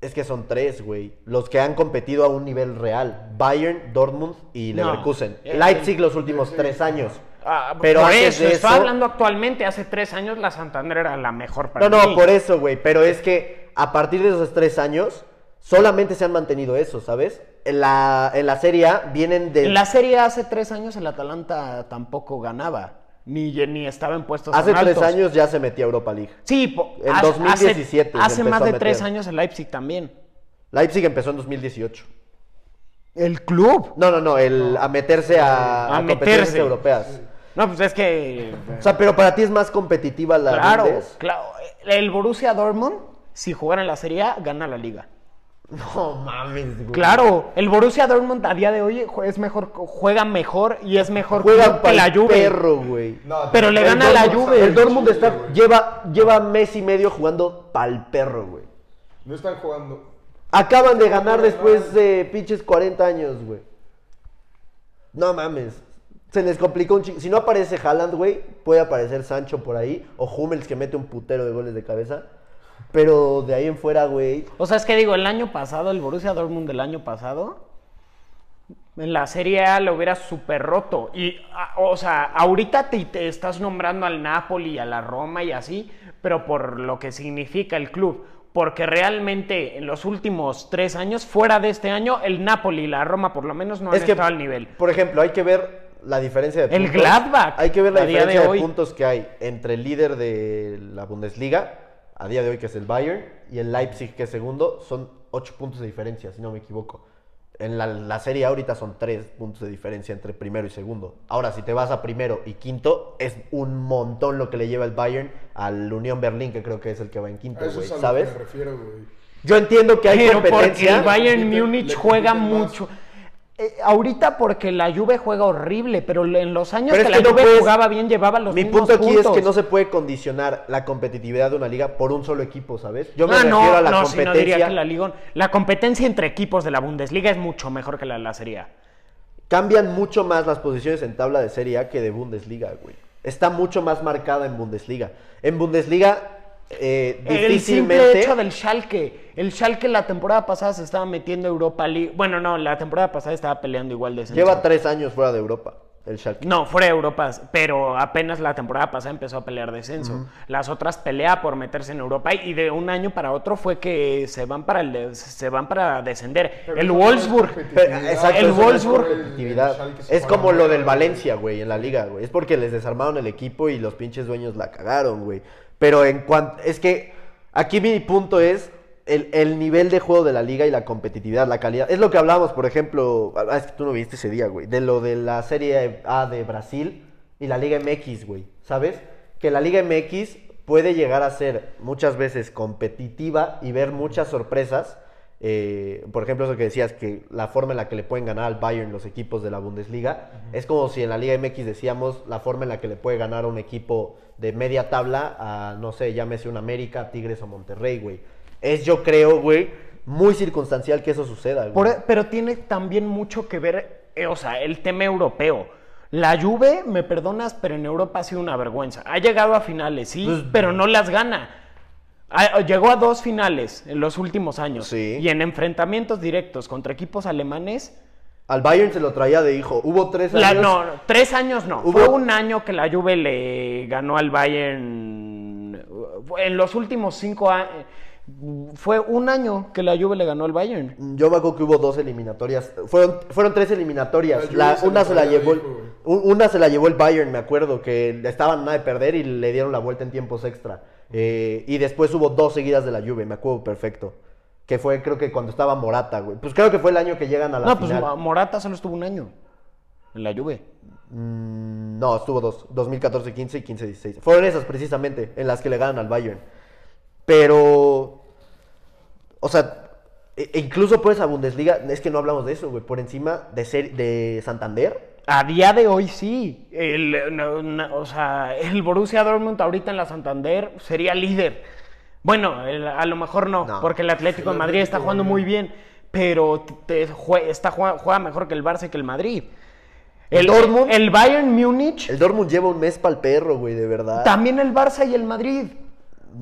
S2: es que son tres, güey. Los que han competido a un nivel real. Bayern, Dortmund y
S4: No.
S2: Leverkusen.
S4: Eh,
S2: Leipzig los últimos tres años.
S4: ah,
S2: Pero
S4: por
S2: antes
S4: eso,
S2: de
S4: estoy
S2: eso-
S4: hablando actualmente. Hace tres años la Santander era la mejor para
S2: No, no,
S4: mí.
S2: por eso, güey. Pero es que a partir de esos tres años, solamente se han mantenido eso, ¿sabes? En la, en la Serie A vienen de...
S4: En la Serie A hace tres años el Atalanta tampoco ganaba. Ni, ni estaba en puestos
S2: Hace
S4: tan
S2: tres
S4: altos.
S2: años ya se metió a Europa League.
S4: Sí, po-
S2: En
S4: hace-
S2: 2017 se
S4: Hace, hace
S2: empezó
S4: más
S2: a
S4: de
S2: meter.
S4: tres años el Leipzig también.
S2: Leipzig empezó en 2018.
S4: El club.
S2: No, no, no, el, a meterse a,
S4: A
S2: a competencias
S4: meterse.
S2: europeas.
S4: No, pues es que.
S2: O sea, pero para ti es más competitiva la
S4: claro,
S2: Bundes.
S4: claro. El Borussia Dortmund, si jugara en la Serie A, gana la liga.
S2: No mames, güey.
S4: Claro, el Borussia Dortmund a día de hoy jue- es mejor, juega mejor y es mejor club
S2: Juega
S4: que
S2: para
S4: la
S2: el
S4: Juve.
S2: perro, güey.
S3: No,
S4: Pero le
S3: el
S4: gana la
S3: Dortmund-
S4: Juve.
S2: El Dortmund
S3: Chile,
S2: está,
S3: güey.
S2: lleva, lleva mes y medio jugando pa'l perro, güey.
S3: No están jugando.
S2: Acaban de ganar después de pinches 40 años, güey. No mames. Se les complicó un chingo. Si no aparece Haaland, güey, puede aparecer Sancho por ahí. O Hummels que mete un putero de goles de cabeza. Pero de ahí en fuera, güey.
S4: O sea, es que digo, el año pasado, el Borussia Dortmund del año pasado, en la Serie A lo hubiera super roto. Y, a- o sea, ahorita te, te estás nombrando al Napoli, a la Roma y así, pero por lo que significa el club. Porque realmente en los últimos tres años, fuera de este año, el Napoli y la Roma por lo menos no han
S2: es que,
S4: estado al nivel.
S2: por ejemplo, hay que ver la diferencia de
S4: El Gladbach,
S2: Hay que ver la
S4: a día
S2: diferencia
S4: de
S2: de,
S4: hoy.
S2: puntos que hay entre el líder de la Bundesliga, a día de hoy que es el Bayern, y el Leipzig que es segundo. Son ocho puntos de diferencia, si no me equivoco. En la, la serie ahorita son tres puntos de diferencia entre primero y segundo. Ahora, si te vas a primero y quinto, es un montón lo que le lleva el Bayern al Unión Berlín, que creo que es el que va en quinto,
S3: A eso
S2: güey,
S3: es a lo
S2: ¿sabes?
S3: que me refiero, güey.
S2: Yo entiendo que hay
S4: Pero porque
S2: competencia.
S4: el Bayern
S3: Le- le
S4: Múnich
S3: compiten
S4: juega
S3: más.
S4: mucho. Eh, ahorita porque la Juve juega horrible, pero le- en los años
S2: Pero
S4: que
S2: es
S4: la
S2: que no
S4: Juve
S2: puedes-
S4: jugaba bien llevaba los
S2: Mi
S4: mismos
S2: punto aquí
S4: puntos.
S2: es que no se puede condicionar la competitividad de una liga por un solo equipo, ¿sabes? Yo me
S4: Ah,
S2: refiero
S4: no,
S2: a la
S4: no, sí, no
S2: competencia.
S4: diría que la Liga- La competencia entre equipos de la Bundesliga es mucho mejor que la de la Serie A.
S2: Cambian mucho más las posiciones en tabla de Serie A que de Bundesliga, güey. Está mucho más marcada en Bundesliga. En Bundesliga, eh,
S4: El simple
S2: difícilmente.
S4: hecho del Schalke. El Schalke la temporada pasada se estaba metiendo a Europa League. Bueno, no, la temporada pasada estaba peleando igual de
S2: Lleva tres años fuera de Europa, el Schalke.
S4: No, fuera de Europa, pero apenas la temporada pasada empezó a pelear descenso. Las otras pelea por meterse en Europa y de un año para otro fue que se van para el de- se van para descender.
S3: Pero
S4: el
S3: eso no es
S4: Wolfsburg.
S3: competitividad.
S2: Pero, exacto,
S4: el
S2: eso no es
S4: Wolfsburg-
S2: competitividad.
S3: El- el-
S2: Es como lo del Valencia, güey, en la liga, güey. Es porque les desarmaron el equipo y los pinches dueños la cagaron, güey. Pero en cuanto. Es que aquí mi punto es el, el nivel de juego de la liga y la competitividad, la calidad. Es lo que hablábamos, por ejemplo. ah, Es que tú no viste ese día, güey. De lo de la Serie A de Brasil y la Liga MX, güey. ¿Sabes? Que la Liga MX puede llegar a ser muchas veces competitiva y ver muchas sorpresas. Eh, por ejemplo, eso que decías, que la forma en la que le pueden ganar al Bayern los equipos de la Bundesliga, es como si en la Liga MX decíamos la forma en la que le puede ganar a un equipo de media tabla a, no sé, llámese un América, Tigres o Monterrey, güey. Es, yo creo, güey, muy circunstancial que eso suceda, güey.
S4: Por- e, pero tiene también mucho que ver, eh, o sea, el tema europeo. La Juve, me perdonas, pero en Europa ha sido una vergüenza. Ha llegado a finales, sí,
S2: Pues-
S4: pero no las gana. Ha- llegó a dos finales en los últimos años.
S2: Sí.
S4: Y en enfrentamientos directos contra equipos alemanes,
S2: Al Bayern se lo traía de hijo. Hubo tres
S4: La-
S2: años-
S4: no, no, tres años no.
S2: Hubo-
S4: Fue un año que la Juve le ganó al Bayern. En los últimos cinco años. Fue un año que la Juve le ganó al Bayern.
S2: Yo me acuerdo que hubo dos eliminatorias. Fueron, fueron tres
S3: La
S2: eliminatorias.
S3: Juve
S2: La-
S3: se
S2: una
S3: lo
S2: se la
S3: traía
S2: llevó. el-
S3: viejo, güey.
S2: un- Una se la llevó el Bayern, me acuerdo, que estaban nada de perder y le dieron la vuelta en tiempos extra. Eh, y después hubo dos seguidas de la Juve, me acuerdo perfecto. Que fue, creo que cuando estaba Morata, güey. Pues creo que fue el año que llegan a la
S4: No, pues
S2: final.
S4: Mo- Morata solo estuvo un año en la Juve.
S2: Mm, no, estuvo dos. 2014-15 y 15-16. Fueron esas precisamente en las que le ganan al Bayern. Pero, o sea, e- e incluso puedes a Bundesliga, es que no hablamos de eso, güey, por encima de, ser, de Santander.
S4: A día de hoy sí. El, no, no, o sea, el Borussia Dortmund ahorita en la Santander sería líder. Bueno, el- a lo mejor no,
S2: No.
S4: porque el Atlético
S3: El
S4: de Madrid está
S3: Atlético,
S4: jugando
S3: güey.
S4: muy bien, pero te- te jue- está, juega, juega mejor que el Barça y que el Madrid.
S2: El
S4: El,
S2: Dortmund-
S4: el Bayern Múnich,
S2: El Dortmund lleva un mes para el perro, güey, de verdad.
S4: también el Barça y el Madrid.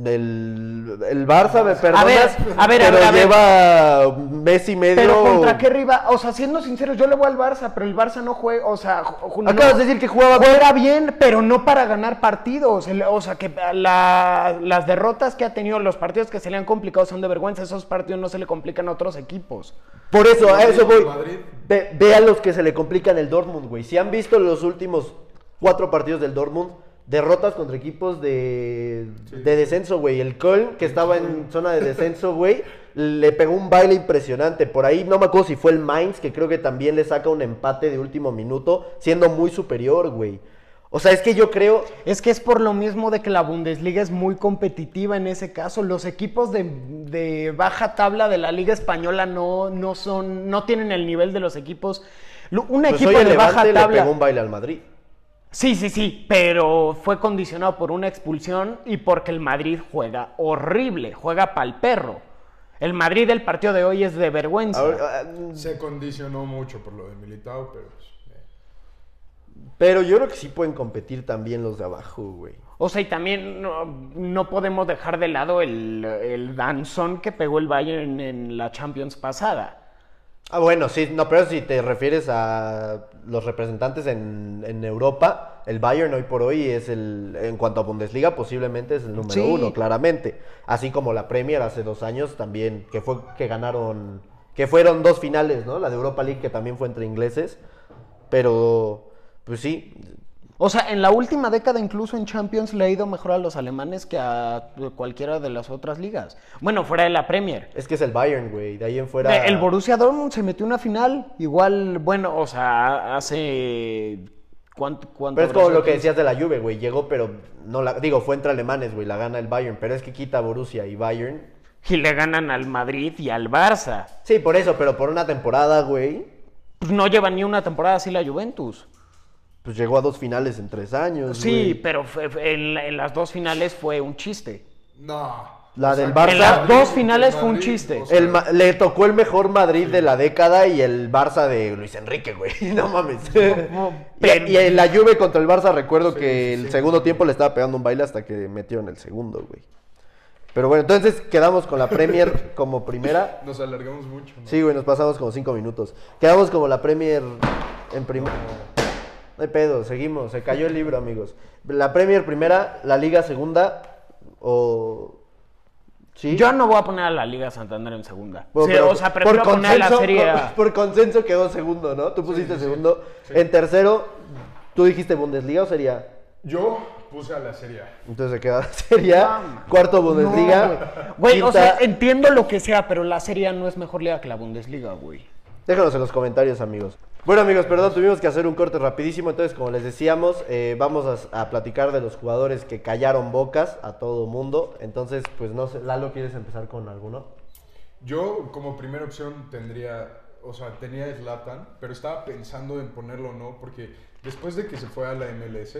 S2: El, el Barça, me perdonas,
S4: ver, a ver,
S2: pero
S4: a ver, a ver.
S2: lleva mes y medio.
S4: Pero contra qué rival, o sea, siendo sinceros, yo le voy al Barça, pero el Barça no juega, o sea, ju- ju- no-
S2: Acabas de decir que jugaba
S4: Juega bien, pero no para ganar partidos. El- O sea, que la- las derrotas que ha tenido, los partidos que se le han complicado son de vergüenza. Esos partidos no se le complican a otros equipos.
S2: Por eso, a
S3: Madrid,
S2: eso voy.
S3: Madrid.
S2: Ve, ve a los que se le complican el Dortmund, güey. Si han visto los últimos cuatro partidos del Dortmund, derrotas contra equipos de,
S3: Sí.
S2: de descenso, güey. El Köln, que estaba en zona de descenso, güey, le pegó un baile impresionante. Por ahí no me acuerdo si fue el Mainz, que creo que también le saca un empate de último minuto, siendo muy superior, güey. O sea, es que yo creo...
S4: Es que es por lo mismo de que la Bundesliga es muy competitiva en ese caso. Los equipos de, de baja tabla de la Liga Española no, no son, no tienen el nivel de los equipos. Lo- Un
S2: Pues
S4: equipo
S2: hoy el
S4: de baja
S2: Levante le
S4: tabla.
S2: pegó un baile al Madrid.
S4: Sí, sí, sí, pero fue condicionado por una expulsión y porque el Madrid juega horrible, juega pa'l perro. El Madrid del partido de hoy es de vergüenza.
S2: Ahora, ah,
S3: Se condicionó mucho por lo de Militao, pero... pues, eh.
S2: pero yo creo que sí pueden competir también los de abajo, güey.
S4: O sea, y también no, no podemos dejar de lado el, el danzón que pegó el Bayern en, la Champions pasada.
S2: Ah, bueno, sí, no, pero si te refieres a los representantes en, en Europa, el Bayern hoy por hoy es el, en cuanto a Bundesliga, posiblemente es el número
S4: Sí.
S2: uno, claramente. Así como la Premier hace dos años también, que fue que ganaron, que fueron dos finales, ¿no? La de Europa League que también fue entre ingleses, pero pues sí,
S4: O sea, en la última década incluso en Champions le ha ido mejor a los alemanes que a cualquiera de las otras ligas. Bueno, fuera de la Premier.
S2: es que es el Bayern, güey, de ahí en fuera.
S4: De- El Borussia Dortmund se metió en una final. Igual, bueno, o sea, hace. ¿Cuánto? cuánto
S2: Pero es como
S4: habrá
S2: lo que
S4: sido?
S2: decías de la Juve, güey, llegó pero no la digo, fue entre alemanes, güey, la gana el Bayern, pero es que quita Borussia y Bayern.
S4: Y le ganan al Madrid y al Barça.
S2: Sí, por eso, pero por una temporada, güey.
S4: Pues no llevan ni una temporada así la Juventus.
S2: Pues llegó a dos finales en tres años.
S4: Sí,
S2: Pues, güey.
S4: pero fue- fue- en, la- en las dos finales fue un chiste.
S3: No.
S2: La
S3: O sea,
S2: del Barça.
S3: el
S2: En las
S4: dos finales fue un chiste.
S3: sea,
S2: El Ma- le tocó el mejor Madrid de la década y el Barça de Luis Enrique, güey. No mames.
S4: pero-
S2: y, y la Juve contra el Barça, recuerdo que
S3: sí,
S2: el
S3: sí.
S2: segundo tiempo le estaba pegando un baile hasta que metió en el segundo, güey. Pero bueno, entonces quedamos con la Premier como primera.
S3: Nos alargamos mucho. ¿no?
S2: Sí, güey, nos pasamos como cinco minutos. Quedamos como la Premier en primera. No hay pedo, seguimos. Se cayó el libro, amigos. La Premier primera, la Liga segunda o... ¿Sí?
S4: Yo no voy a poner a la Liga Santander en segunda.
S2: Bueno,
S4: Sí,
S2: pero
S4: o sea, prefiero poner a la Serie
S2: por-
S4: A.
S2: Por, consenso quedó segundo, ¿no? Tú pusiste segundo. En tercero, tú dijiste Bundesliga o Serie A.
S3: Yo puse a la Serie A.
S2: Entonces se queda Serie A, cuarto Bundesliga.
S4: Güey, o sea,
S2: quinta-
S4: entiendo lo que sea, pero la Serie A no es mejor liga que la Bundesliga, güey.
S2: Déjanos en los comentarios, amigos. Bueno, amigos, perdón, tuvimos que hacer un corte rapidísimo. Entonces, como les decíamos, eh, vamos a, a platicar de los jugadores que callaron bocas a todo mundo. Entonces, pues no sé, Lalo, ¿quieres empezar con alguno?
S3: Yo como primera opción tendría, o sea, tenía a Zlatan, pero estaba pensando en ponerlo o no, porque después de que se fue a la MLS,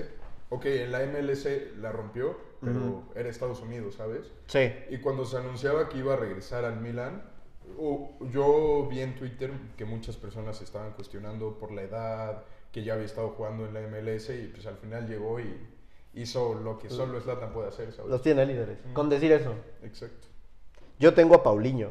S3: ok, en la MLS la rompió, pero era Estados Unidos, ¿sabes?
S2: Sí.
S3: Y cuando se anunciaba que iba a regresar al Milan, u- yo vi en Twitter que muchas personas estaban cuestionando por la edad, que ya había estado jugando en la MLS y pues al final llegó y hizo lo que solo Zlatan puede hacer, ¿sabes?
S2: Los tiene líderes. Con decir eso,
S3: Exacto.
S2: yo tengo a Paulinho,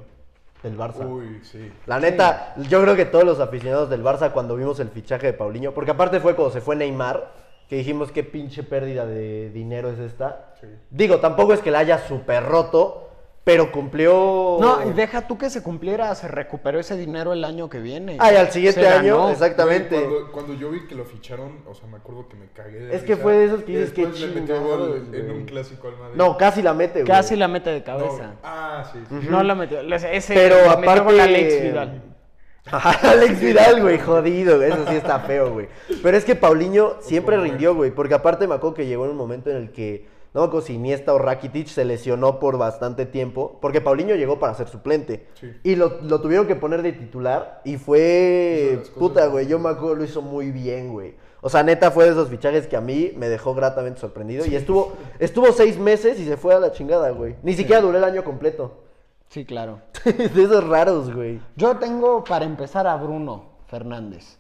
S2: del Barça.
S3: Uy, sí.
S2: La neta, yo creo que todos los aficionados del Barça cuando vimos el fichaje de Paulinho, porque aparte fue cuando se fue Neymar, que dijimos qué pinche pérdida de dinero es esta.
S3: Sí.
S2: Digo, tampoco es que la haya super roto, pero cumplió...
S4: No, y deja tú que se cumpliera, se recuperó ese dinero el año que viene.
S2: Ay, al siguiente
S4: Se
S2: año,
S4: ganó.
S2: exactamente.
S3: Güey, Cuando, cuando yo vi que lo ficharon, o sea, me acuerdo que me cagué de
S2: Es que
S3: risa.
S2: fue de esos que
S3: Y
S2: dices, qué
S3: después le metió
S2: chingados,
S3: gol en
S2: güey.
S3: un clásico al Madrid.
S2: No, casi la mete, güey.
S4: Casi la mete de
S3: No,
S4: cabeza.
S3: Ah, sí. sí.
S4: No la metió. les- Ese
S2: Pero
S4: le
S2: aparte...
S4: metió gol a Alex Vidal.
S2: Alex Vidal, güey, jodido, güey, eso sí está feo, güey. Pero es que Paulinho siempre
S3: Otro
S2: rindió, güey, porque aparte me acuerdo que llegó en un momento en el que, no me acuerdo si Iniesta o Rakitic se lesionó por bastante tiempo, porque Paulinho llegó para ser suplente.
S3: Sí.
S2: Y lo, lo tuvieron que poner de titular y
S3: Hizo
S2: fue...
S3: las cosas
S2: Puta,
S3: bien.
S2: güey, yo me acuerdo, lo hizo muy bien, güey. O sea, neta, fue de esos fichajes que a mí me dejó gratamente sorprendido. Y estuvo, estuvo seis meses y se fue a la chingada, güey. Ni siquiera duró el año completo.
S4: Sí, claro.
S2: de esos raros, güey.
S4: Yo tengo para empezar a Bruno Fernández.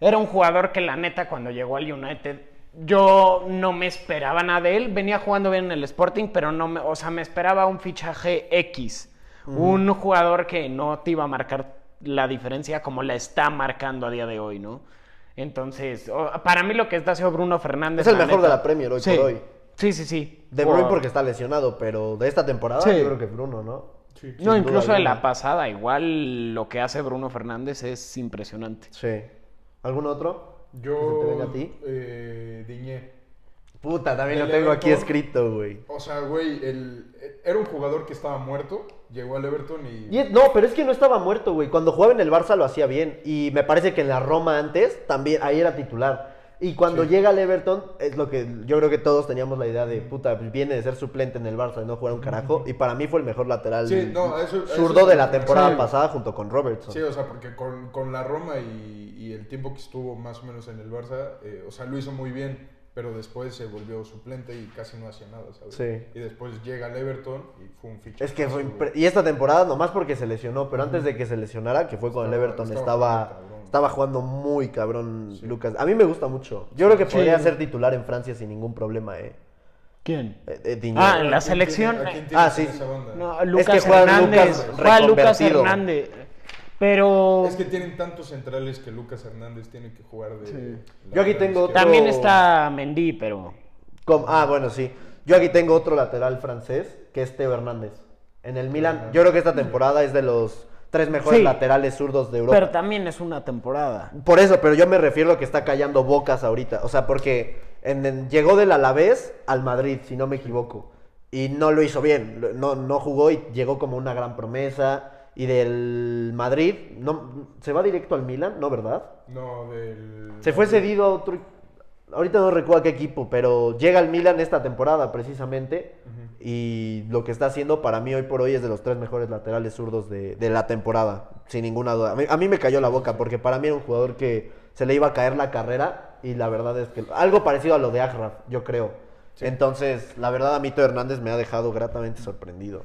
S4: Era un jugador que la neta cuando llegó al United yo no me esperaba nada de él. Venía jugando bien en el Sporting, pero no me, o sea, me esperaba un fichaje X, un jugador que no te iba a marcar la diferencia como la está marcando a día de hoy, ¿no? Entonces, o- para mí lo que está haciendo Bruno Fernández
S2: Es el mejor de la Premier hoy
S4: Sí.
S2: por hoy.
S4: Sí, sí, sí.
S2: De Bruyne
S4: Por-
S2: porque está lesionado, pero de esta temporada
S4: Sí.
S2: yo creo que Bruno, ¿no?
S3: Sí.
S4: No,
S2: sin duda
S4: incluso de la
S2: alguna.
S4: pasada, igual lo que hace Bruno Fernández es impresionante.
S2: Sí. ¿Algún otro?
S3: Yo.
S2: ¿Que se te venga a ti?
S3: Eh, Diñé.
S2: Puta, también lo
S3: Del
S2: tengo aquí
S3: Everton.
S2: escrito, güey.
S3: O sea, güey, el, era un jugador que estaba muerto, llegó al Everton y...
S2: Y es- no, pero es que no estaba muerto, güey. Cuando jugaba en el Barça lo hacía bien. Y me parece que en la Roma antes también, ahí era titular. Y cuando
S3: Sí.
S2: llega al Everton, es lo que yo creo que todos teníamos la idea de, puta, pues viene de ser suplente en el Barça y no jugar un carajo. Y para mí fue el mejor lateral
S3: Sí, no, a eso- a eso
S2: zurdo de la
S3: se-
S2: temporada
S3: sí.
S2: pasada junto con Robertson.
S3: Sí, o sea, porque con, con la Roma y, y el tiempo que estuvo más o menos en el Barça, eh, o sea, lo hizo muy bien, pero después se volvió suplente y casi no hacía nada, ¿sabes?
S2: Sí.
S3: Y después llega al Everton y fue un fichaje.
S2: Es que fue impre- y esta temporada nomás porque se lesionó, pero antes de que se lesionara, que fue cuando el
S3: Estaba-
S2: Everton
S3: estaba
S2: estaba
S3: jugando cabrón.
S2: estaba jugando muy cabrón Lucas. A mí me gusta mucho. Yo creo que podría ser titular en Francia sin ningún problema, eh.
S4: ¿Quién?
S2: Eh, eh, Diñé.
S4: Ah, en
S3: ¿A
S4: la
S3: quién
S4: selección.
S3: tiene- a quién
S4: eh,
S3: tienes
S2: ah, sí.
S3: en esa banda?
S4: No, Lucas
S2: que juega
S4: Hernández.
S2: Lucas
S4: juega Lucas
S2: reconvertido.
S4: Hernández. Pero
S3: Es que tienen tantos centrales que Lucas Hernández tiene que jugar de... lateral
S2: Yo aquí tengo
S3: izquierdo.
S2: otro-
S4: también está Mendy, pero.
S2: Com- ah, bueno, sí. Yo aquí tengo otro lateral francés, que es Teo Hernández. En el Milan, yo creo que esta temporada es de los tres mejores
S4: Sí.
S2: laterales zurdos de Europa.
S4: Pero también es una temporada.
S2: Por eso, pero yo me refiero a que está callando bocas ahorita. O sea, porque en- en- llegó del Alavés al Madrid, si no me equivoco. Y no lo hizo bien. lo- No, no jugó y llegó como una gran promesa. Y del Madrid, no, ¿se va directo al Milan? No, ¿verdad?
S3: No, del...
S2: Se fue cedido a otro. Ahorita no recuerdo a qué equipo, pero llega al Milan esta temporada precisamente. Y lo que está haciendo para mí hoy por hoy es de los tres mejores laterales zurdos de, de la temporada, sin ninguna duda. A mí, a mí me cayó la boca porque para mí era un jugador que se le iba a caer la carrera y la verdad es que algo parecido a lo de Agraf, yo creo. Entonces, la verdad a Mito Hernández me ha dejado gratamente sorprendido.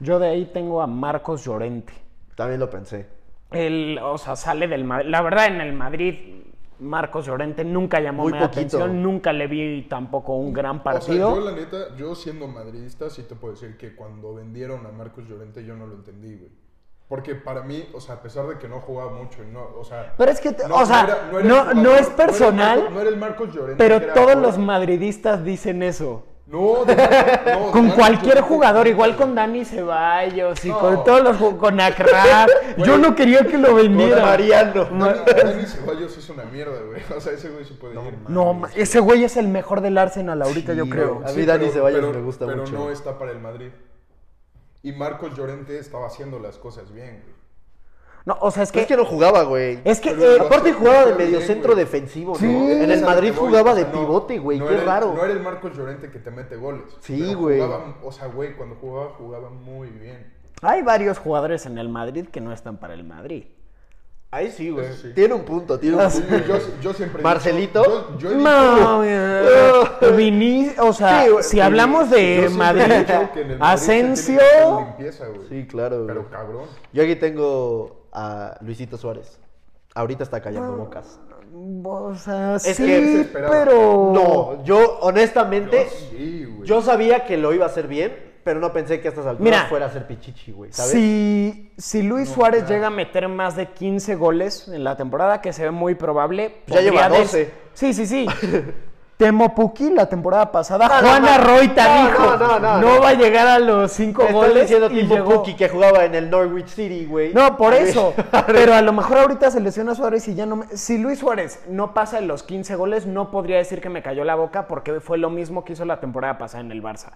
S4: Yo de ahí tengo a Marcos Llorente.
S2: También lo pensé.
S4: Él, o sea, sale del Madrid. La verdad, en el Madrid, Marcos Llorente nunca llamó
S2: Muy
S4: mi
S2: poquito.
S4: atención. Nunca le vi tampoco un gran partido.
S3: O sea, yo la neta, yo siendo madridista, sí te puedo decir que cuando vendieron a Marcos Llorente yo no lo entendí, güey. Porque para mí, o sea, a pesar de que no jugaba mucho, y no, o sea...
S4: Pero es que, o sea,
S3: era- era el
S4: no-
S3: jugador, era
S4: no es
S3: el Marcos-
S4: personal,
S3: No era el Marcos Llorente.
S4: pero
S3: que era
S4: todos
S3: ahora.
S4: los madridistas dicen eso.
S3: No, de Marcos- no, de
S4: Con
S3: Marcos
S4: cualquier
S3: Llorente.
S4: jugador, igual con Dani Ceballos y
S3: No.
S4: con todos los ju- con Acraf. Yo no quería que lo vendiera.
S2: Mariano.
S3: Dani, Dani Ceballos es una mierda, güey. O sea, ese güey se puede ir.
S4: No, ma- ese güey es el mejor del Arsenal ahorita, yo
S2: Sí,
S4: creo.
S2: güey. A mí Dani Ceballos me gusta
S3: pero
S2: mucho.
S3: Pero no está para el Madrid. Y Marcos Llorente estaba haciendo las cosas bien, güey.
S4: No, o sea, es que.
S2: Es que no jugaba, güey.
S4: Es que,
S3: Pero
S4: eh,
S3: lo
S2: Aparte
S3: hace-
S2: jugaba
S3: lo
S2: de
S3: hace bien,
S2: mediocentro
S3: güey.
S2: defensivo, ¿no?
S4: Sí.
S2: En
S3: Es
S2: el
S3: a lo
S2: Madrid
S3: que voy,
S2: jugaba
S3: o
S2: de
S3: sea, no-
S2: pivote, güey.
S3: no
S2: Qué
S3: era el-
S2: raro.
S3: No era el Marcos Llorente que te mete goles.
S2: Sí,
S3: pero
S2: güey.
S3: jugaba- O sea, güey, cuando jugaba, jugaba muy bien.
S4: Hay varios jugadores en el Madrid que no están para el Madrid.
S2: Ahí sí, güey.
S3: Eso sí.
S2: Tiene un punto, tiene un
S4: Ah, sí.
S2: punto.
S3: Yo, yo siempre. he
S2: ¿Marcelito?
S3: dicho- yo- yo he dicho-
S4: No, eh, Viní- o sea,
S2: Sí, güey.
S4: si hablamos de
S3: yo siempre he
S4: Madrid,
S3: dicho que en el Madrid se tiene que
S4: Asensio.
S3: hacer limpieza, güey.
S2: Sí, claro, güey.
S3: Pero cabrón.
S2: Yo aquí tengo a Luisito Suárez. Ahorita está
S4: Ah.
S2: callando bocas.
S4: O sea,
S2: Es
S4: sí,
S2: que se
S3: esperaba.
S4: pero.
S2: No, yo honestamente,
S3: Sí, güey.
S2: yo sabía que lo iba a hacer bien, pero no pensé que a estas alturas
S4: Mira.
S2: fuera a ser pichichi, güey. ¿Sabes?
S4: Si, si Luis Suárez
S3: claro.
S4: llega a meter más de 15 goles en la temporada, que se ve muy probable.
S2: Ya lleva
S4: podría des-
S2: 12.
S4: Sí, sí, sí. Temopuki la temporada pasada.
S2: No, no,
S4: Juana
S2: no.
S4: Roita
S2: No,
S4: dijo:
S2: no, no, no, no.
S4: va a llegar a los 5
S2: Te estoy
S4: goles.
S2: diciendo
S4: y
S2: tipo
S4: llegó.
S2: Puki que jugaba en el Norwich City, güey.
S4: No, por
S2: A ver.
S4: eso. Pero a lo mejor ahorita se lesiona Suárez y ya no me... Si Luis Suárez no pasa de los 15 goles, no podría decir que me cayó la boca porque fue lo mismo que hizo la temporada pasada en el Barça.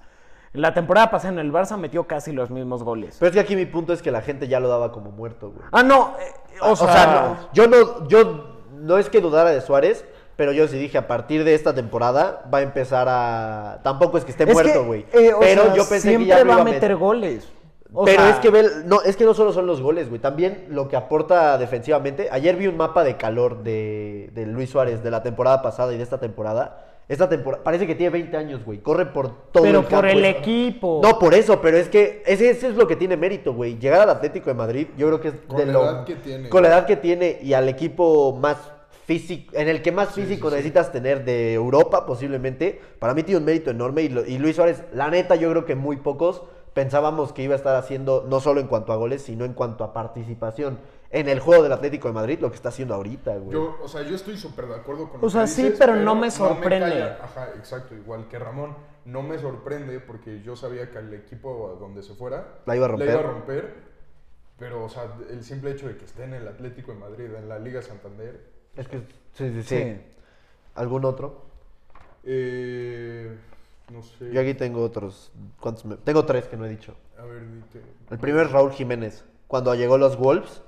S4: La temporada pasada en el Barça metió casi los mismos goles.
S2: Pero es que aquí mi punto es que la gente ya lo daba como muerto, güey.
S4: Ah, no. eh, o sea,
S2: no, yo no, yo no es que dudara de Suárez, Pero yo sí dije, a partir de esta temporada va a empezar a... Tampoco es que esté
S4: Es
S2: muerto,
S4: que,
S2: güey.
S4: eh, o
S2: pero
S4: sea,
S2: yo pensé que
S4: siempre
S2: ya lo iba
S4: va
S2: a
S4: a meter
S2: met-
S4: goles. O
S2: pero
S4: sea,
S2: es que ve el- no, es que no solo son los goles, güey, también lo que aporta defensivamente. Ayer vi un mapa de calor de, de Luis Suárez de la temporada pasada y de esta temporada. Esta temporada parece que tiene 20 años, güey. Corre por todo
S4: Pero
S2: el
S4: por
S2: campo,
S4: el
S2: eso.
S4: equipo.
S2: No, por eso, pero es que ese, ese es lo que tiene mérito, güey. Llegar al Atlético de Madrid, yo creo que es
S3: Con
S2: de
S3: la
S2: lo
S3: edad que tiene.
S2: con la edad que tiene y al equipo más físico, en el que más
S3: Sí,
S2: físico
S3: sí, sí.
S2: necesitas tener de Europa posiblemente, para mí tiene un mérito enorme y, lo- y Luis Suárez, la neta yo creo que muy pocos pensábamos que iba a estar haciendo no solo en cuanto a goles, sino en cuanto a participación en el juego del Atlético de Madrid, lo que está haciendo ahorita, güey.
S3: Yo, o sea, yo estoy súper de acuerdo con
S4: O sea, sí, pero no me sorprende.
S3: calla- Ajá, exacto, igual que Ramón. No me sorprende porque yo sabía que el equipo a donde se fuera
S2: La iba a romper.
S3: romper, Pero, o sea, el simple hecho de que esté en el Atlético de Madrid, en la Liga Santander.
S2: Es que, sí, sí, sí.
S4: Sí.
S2: ¿Algún otro?
S3: eh, no sé.
S2: Yo aquí tengo otros. ¿Cuántos me- Tengo tres que no he dicho.
S3: A ver, dite.
S2: El primero es Raúl Jiménez. Cuando llegó los Wolves,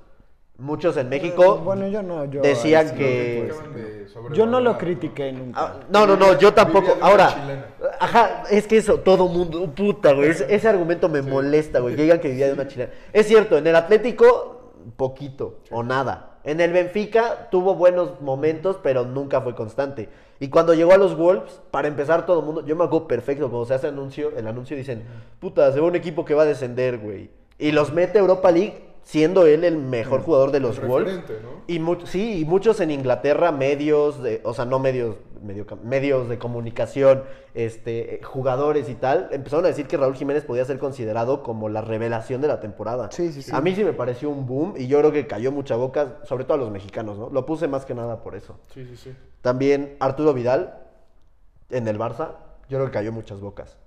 S2: muchos en México...
S4: Bueno, yo no. Yo,
S2: decían
S4: ahí sí
S2: que-
S4: no te puedo
S3: Criticaban
S4: decir.
S3: de
S2: pues,
S3: sobrevalorar,
S4: Yo no lo critiqué nunca.
S2: Ah, no, no, no, yo tampoco.
S3: Vivía de una
S2: Ahora,
S3: chilena.
S2: ajá, es que eso, todo mundo, puta, güey. es- ese argumento me molesta, güey. Que digan que vivía de una chilena. Es cierto, en el Atlético, poquito o nada. En el Benfica tuvo buenos momentos, pero nunca fue constante. Y cuando llegó a los Wolves, para empezar todo el mundo, yo me hago perfecto, cuando se hace anuncio, el anuncio dicen, puta, se ve un equipo que va a descender, güey. Y los mete a Europa League siendo él el mejor jugador de los
S3: El
S2: Wolves.
S3: referente, ¿no?
S2: Y mu- sí, y muchos en Inglaterra, medios, de, o sea, no medios, medio- medios de comunicación, este, eh, jugadores y tal, empezaron a decir que Raúl Jiménez podía ser considerado como la revelación de la temporada.
S4: Sí, sí, sí.
S2: A mí sí me pareció un boom y yo creo que cayó mucha boca, sobre todo a los mexicanos, ¿no? Lo puse más que nada por eso.
S3: Sí, sí, sí.
S2: También Arturo Vidal en el Barça, yo creo que cayó muchas bocas.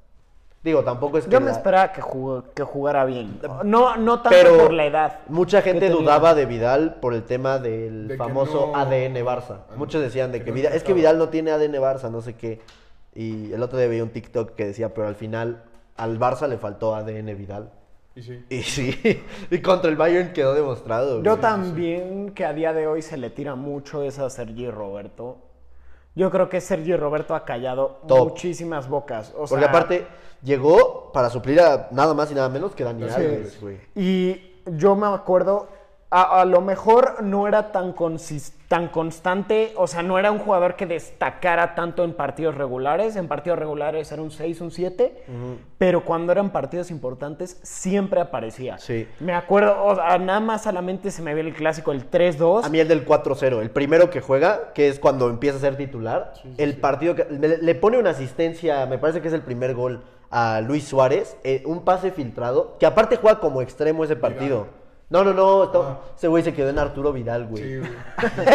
S2: Digo, tampoco es que
S4: Yo me
S2: la-
S4: esperaba que, jugó- que jugara bien. No, no tanto
S2: pero
S4: por la edad.
S2: Mucha
S4: que
S2: gente
S4: tenía.
S2: dudaba de Vidal por el tema del
S3: De que
S2: famoso
S3: no-
S2: ADN Barça.
S3: Ah,
S2: Muchos decían de que,
S3: que no
S2: Vidal, es que
S3: encajaba.
S2: Vidal no tiene ADN Barça, no sé qué. Y el otro día veía un TikTok que decía, pero al final al Barça le faltó ADN Vidal.
S3: Y sí.
S2: Y sí, y contra el Bayern quedó demostrado.
S4: Yo
S2: güey.
S4: también que a día de hoy se le tira mucho esa a Sergi Roberto. Yo creo que Sergi Roberto ha callado
S2: Top.
S4: muchísimas bocas. O
S2: Porque
S4: sea,
S2: aparte llegó para suplir a nada más y nada menos que Dani
S3: Así
S2: Alves,
S3: es.
S2: güey.
S4: Y yo me acuerdo, a, a lo mejor no era tan, consis- tan constante, o sea, no era un jugador que destacara tanto en partidos regulares. En partidos regulares era un 6, un 7, pero cuando eran partidos importantes siempre aparecía.
S2: Sí.
S4: Me acuerdo, o sea, nada más a la mente se me ve el clásico, el 3-2.
S2: A mí el del 4-0, el primero que juega, que es cuando empieza a ser titular, el partido que le, le pone una asistencia, me parece que es el primer gol a Luis Suárez, eh, un pase filtrado, que aparte juega como extremo ese partido. No, no, no, to-
S3: Ah.
S2: ese güey se quedó en Arturo Vidal, güey.
S3: Sí, güey.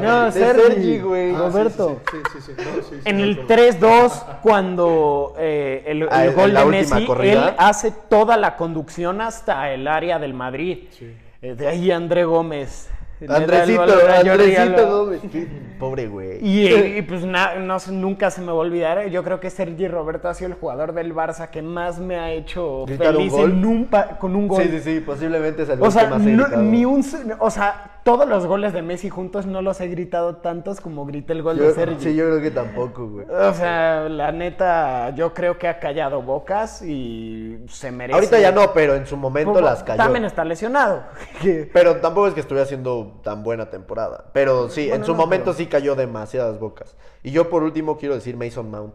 S4: No,
S2: De
S4: Sergi,
S2: Sergi, güey.
S3: Ah, sí,
S4: Roberto.
S3: Sí, sí, sí. sí. No, sí, sí,
S4: En
S2: Este
S3: me
S4: el
S3: acuerdo.
S4: 3-2, cuando eh, el, el
S2: Ah, en
S4: gol
S2: la
S4: de
S2: última
S4: Messi,
S2: corrida.
S4: él hace toda la conducción hasta el área del Madrid.
S3: Sí.
S4: Eh, de ahí André Gómez. le da el
S2: Andresito,
S4: balón a Jordi
S2: Andresito,
S4: Alba.
S2: Gómez. Sí, Pobre güey.
S4: Y, eh, y, pues na- no sé, nunca se me va a olvidar. ¿eh? Yo creo que Sergi Roberto ha sido el jugador del Barça que más me ha hecho
S2: Gritar un
S4: feliz
S2: gol.
S4: en un pa- con un gol.
S2: Sí, sí, sí, posiblemente es el
S4: O
S2: gol
S4: sea,
S2: que más he
S4: no-
S2: gritado.
S4: ni un, se- o sea, todos los goles de Messi juntos no los he gritado tantos como grité el gol
S2: Yo-
S4: de Sergi.
S2: sí, yo creo que tampoco, güey.
S4: O sea, la neta, yo creo que ha callado bocas y se merece.
S2: Ahorita ya no, pero en su momento las cayó.
S4: También está lesionado. que-
S2: Pero tampoco es que estuviera haciendo tan buena temporada. Pero sí, en
S4: Bueno,
S2: su
S4: no,
S2: momento
S4: pero-
S2: sí cayó demasiadas bocas. Y yo por último quiero decir Mason Mount.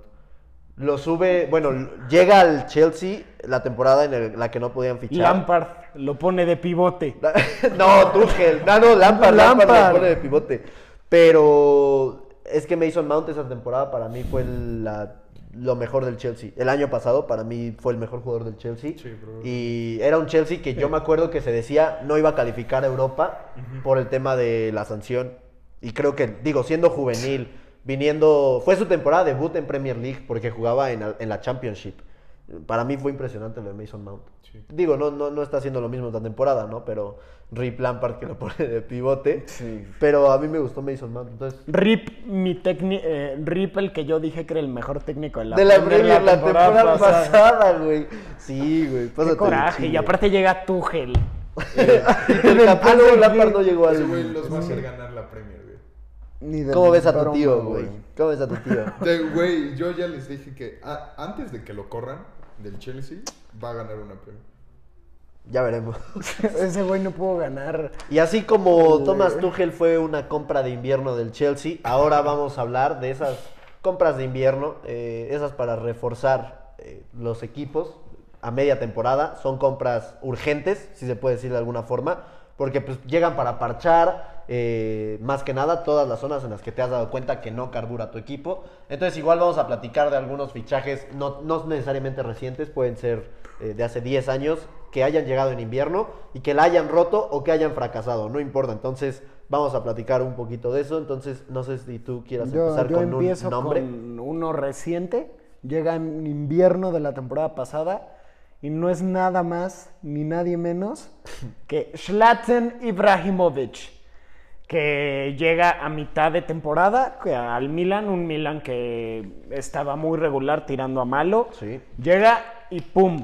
S2: Lo sube, bueno, l- llega al Chelsea la temporada en el- la que no podían fichar.
S4: Lampard lo pone de pivote.
S2: La- no, Tuchel. No, no, Lampard, Lampard,
S4: Lampard.
S2: lo pone de pivote. Pero es que Mason Mount esa temporada para mí fue la- lo mejor del Chelsea. El año pasado para mí fue el mejor jugador del Chelsea.
S3: Sí, bro.
S2: y era un Chelsea que yo me acuerdo que se decía no iba a calificar a Europa por el tema de la sanción. Y creo que, digo, siendo juvenil, viniendo... Fue su temporada debut en Premier League porque jugaba en, en la Championship. Para mí fue impresionante lo de Mason Mount.
S3: Sí.
S2: Digo, no, no, no está haciendo lo mismo esta temporada, ¿no? Pero Rip Lampard que lo pone de pivote.
S4: Sí.
S2: Pero a mí me gustó Mason Mount. Entonces,
S4: Rip, mi técnico, Rip, el que yo dije que era el mejor técnico de la,
S2: de la
S4: Premier
S2: Premier la temporada,
S4: pasada.
S2: pasada, güey. Sí, güey.
S4: Qué
S2: Pásate de
S4: coraje.
S2: chingo.
S4: Y aparte llega Tuchel.
S2: Y el campeón Lampard no llegó
S3: Ese güey
S2: al...
S3: los va a hacer ganar la Premier, güey.
S5: Ni de
S2: ¿Cómo ves a tu
S5: broma,
S2: tío, güey? ¿Cómo ves a tu tío?
S3: Te- Güey, yo ya les dije que a- antes de que lo corran del Chelsea, va a ganar una premia.
S2: Ya veremos.
S4: Ese güey no pudo ganar.
S2: Y así como Thomas Tuchel fue una compra de invierno del Chelsea, ahora vamos a hablar de esas compras de invierno, eh, esas para reforzar eh, los equipos a media temporada. Son compras urgentes, si se puede decir de alguna forma, porque pues, llegan para parchar eh, más que nada todas las zonas en las que te has dado cuenta que no carbura tu equipo. Entonces igual vamos a platicar de algunos fichajes, no, no necesariamente recientes, pueden ser eh, de hace 10 años, que hayan llegado en invierno y que la hayan roto o que hayan fracasado, no importa. Entonces vamos a platicar un poquito de eso. Entonces no sé si tú quieras
S4: Yo,
S2: empezar
S4: yo
S2: con un
S4: empiezo
S2: nombre.
S4: con uno reciente. Llega en invierno de la temporada pasada. Y no es nada más ni nadie menos que Zlatan Ibrahimovic. Que llega a mitad de temporada que al Milan. Un Milan que estaba muy regular tirando a malo.
S2: Sí.
S4: Llega y pum.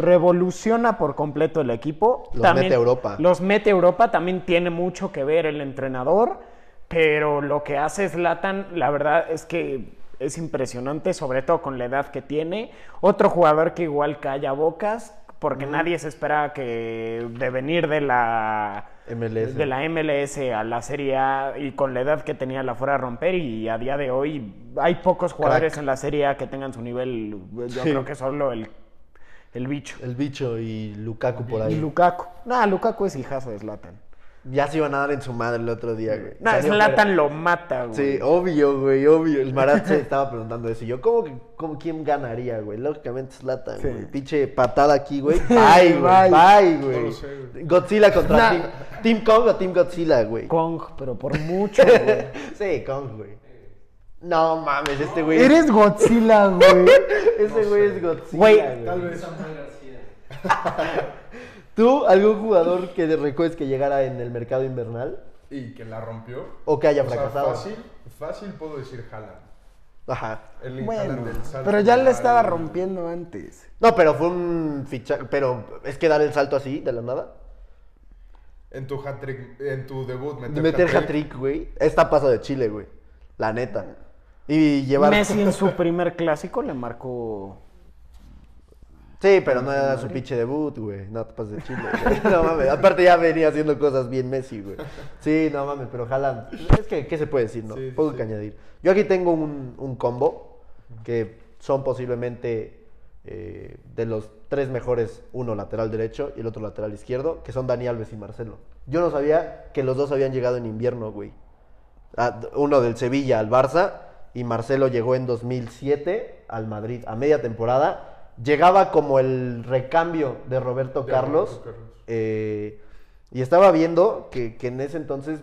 S4: Revoluciona por completo el equipo.
S2: Los mete a Europa.
S4: Los mete a Europa, también tiene mucho que ver el entrenador, pero lo que hace Zlatan, la verdad es que es impresionante, sobre todo con la edad que tiene. Otro jugador que igual calla bocas, porque nadie se esperaba que de venir de la
S2: MLS.
S4: de la MLS a la Serie A y con la edad que tenía la fuera a romper y a día de hoy hay pocos jugadores en la Serie A que tengan su nivel, yo creo que solo el el bicho.
S2: El bicho y Lukaku por ahí.
S4: Y Lukaku. No, Lukaku es hijazo de Zlatan.
S2: ya se iban a dar en su madre el otro día, güey.
S4: No,
S2: Salió
S4: Zlatan
S2: fuera.
S4: lo mata, güey.
S2: Sí, obvio, güey, obvio. El Marat se estaba preguntando eso. Y yo, ¿cómo, que- cómo quién ganaría, güey? Lógicamente Zlatan,
S4: Sí.
S2: güey. Pinche patada aquí, güey. Bye, güey. Bye, güey.
S3: lo sé, güey.
S2: Godzilla contra
S4: Nah.
S2: Team, Team Kong o Team Godzilla, güey.
S4: Kong, pero por mucho, güey.
S2: sí, Kong, güey. No mames, este güey. es-
S4: Eres Godzilla, güey.
S2: Ese güey es Godzilla.
S4: Güey,
S2: güey.
S3: Tal vez.
S2: ¿Tú, algún jugador que te recuerdes que llegara en el mercado invernal?
S3: Y que la rompió.
S2: O que haya
S3: sea,
S2: fracasado.
S3: fácil, fácil puedo decir Haaland.
S2: Ajá.
S3: El
S4: Bueno,
S3: Haaland del Salzburg
S4: pero ya
S3: al-
S4: le estaba rompiendo antes.
S2: No, pero fue un fichaje. Pero es que dar el salto así, de la nada.
S3: En tu hat-trick, en tu debut,
S2: De meter
S3: hat-trick.
S2: hat-trick, güey. Esta pasa de Chile, güey. La neta. Y llevar.
S4: Messi en su primer clásico le marcó.
S2: Sí, pero no era su pinche debut, güey. No te pases de Chile, güey. No mames. Aparte ya venía haciendo cosas bien Messi, güey. Sí, no mames, pero Haaland. Es que, ¿qué se puede decir, no?
S3: Sí, sí,
S2: Poco
S3: sí.
S2: que añadir. Yo aquí tengo un, un combo que son posiblemente eh, de los tres mejores, uno lateral derecho y el otro lateral izquierdo, que son Dani Alves y Marcelo. Yo no sabía que los dos habían llegado en invierno, güey. Ah, d- uno del Sevilla al Barça y Marcelo llegó en 2007 al Madrid a media temporada. Llegaba como el recambio de Roberto
S3: De
S2: Carlos.
S3: Roberto Carlos.
S2: eh, y estaba viendo que, que en ese entonces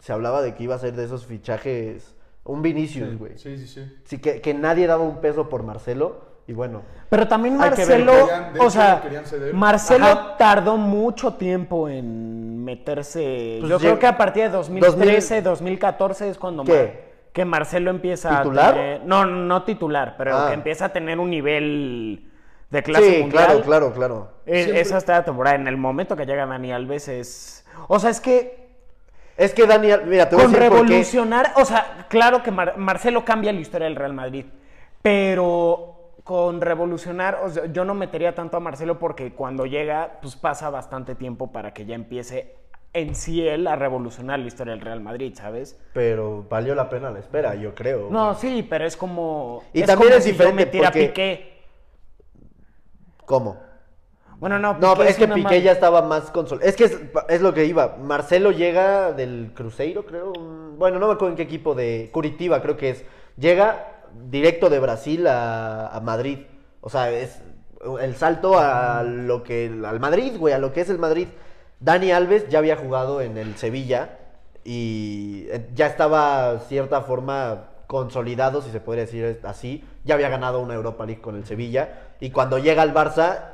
S2: se hablaba de que iba a ser de esos fichajes un Vinicius, güey. Sí,
S3: Sí, sí, sí.
S2: que, que nadie daba un peso por Marcelo y bueno.
S4: Pero también
S2: Hay que ver,
S4: Marcelo.
S3: querían- de
S4: o
S3: hecho,
S4: sea,
S3: lo querían ceder.
S4: Marcelo
S2: Ajá.
S4: tardó mucho tiempo en meterse.
S2: Pues
S4: Yo
S2: lleg-
S4: creo que a partir de 2013, 2014 es cuando.
S2: ¿Qué?
S4: Mar- Que Marcelo empieza
S2: ¿Titular?
S4: a. Tener, no, no titular, pero
S2: Ah.
S4: que empieza a tener un nivel de clase
S2: Sí,
S4: mundial.
S2: claro, claro, claro.
S4: Eh,
S3: Siempre-
S4: Esa está la temporada. En el momento que llega Dani Alves es. O sea, es que
S2: Es que Dani, Al- mira, te voy a
S4: con
S2: decir por qué.
S4: revolucionar. O sea, claro que Mar- Marcelo cambia la historia del Real Madrid. Pero con revolucionar, o sea, yo no metería tanto a Marcelo porque cuando llega, pues pasa bastante tiempo para que ya empiece en sí él a revolucionar la historia del Real Madrid, ¿sabes?
S2: Pero valió la pena la espera, yo creo.
S4: No, sí, pero es como.
S2: Y también
S4: como
S2: es
S4: si yo
S2: diferente
S4: metiera a
S2: porque-
S4: Piqué.
S2: ¿Cómo?
S4: Bueno, no,
S2: No,
S4: Piqué
S2: es que
S4: una
S2: Piqué
S4: madre.
S2: ya estaba más consolidado. Es que es, es lo que iba. Marcelo llega del Cruzeiro, creo. un- Bueno, no me acuerdo en qué equipo de Curitiba, creo que es. Llega directo de Brasil a, a Madrid. O sea, es el salto a lo que al Madrid, güey, a lo que es el Madrid. Dani Alves ya había jugado en el Sevilla y eh, ya estaba cierta forma consolidado, si se podría decir así. Ya había ganado una Europa League con el Sevilla y cuando llega al Barça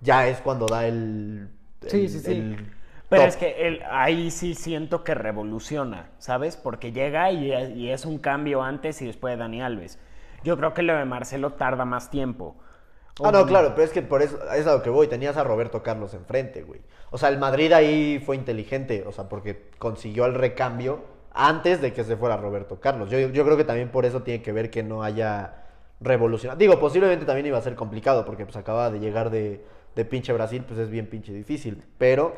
S2: ya es cuando da el.
S4: Sí,
S2: el-
S4: sí, sí.
S2: el
S4: Pero
S2: top.
S4: es que él, ahí sí siento que revoluciona, ¿sabes? Porque llega y, es- y es un cambio antes y después de Dani Alves. Yo creo que lo de Marcelo tarda más tiempo.
S2: Ah, no, claro, pero es que por eso es a lo que voy. Tenías a Roberto Carlos enfrente, güey. O sea, el Madrid ahí fue inteligente, o sea, porque consiguió el recambio antes de que se fuera Roberto Carlos. Yo, yo creo que también por eso tiene que ver que no haya revolucionado. Digo, posiblemente también iba a ser complicado porque pues acababa de llegar de, de pinche Brasil, pues es bien pinche difícil. Pero,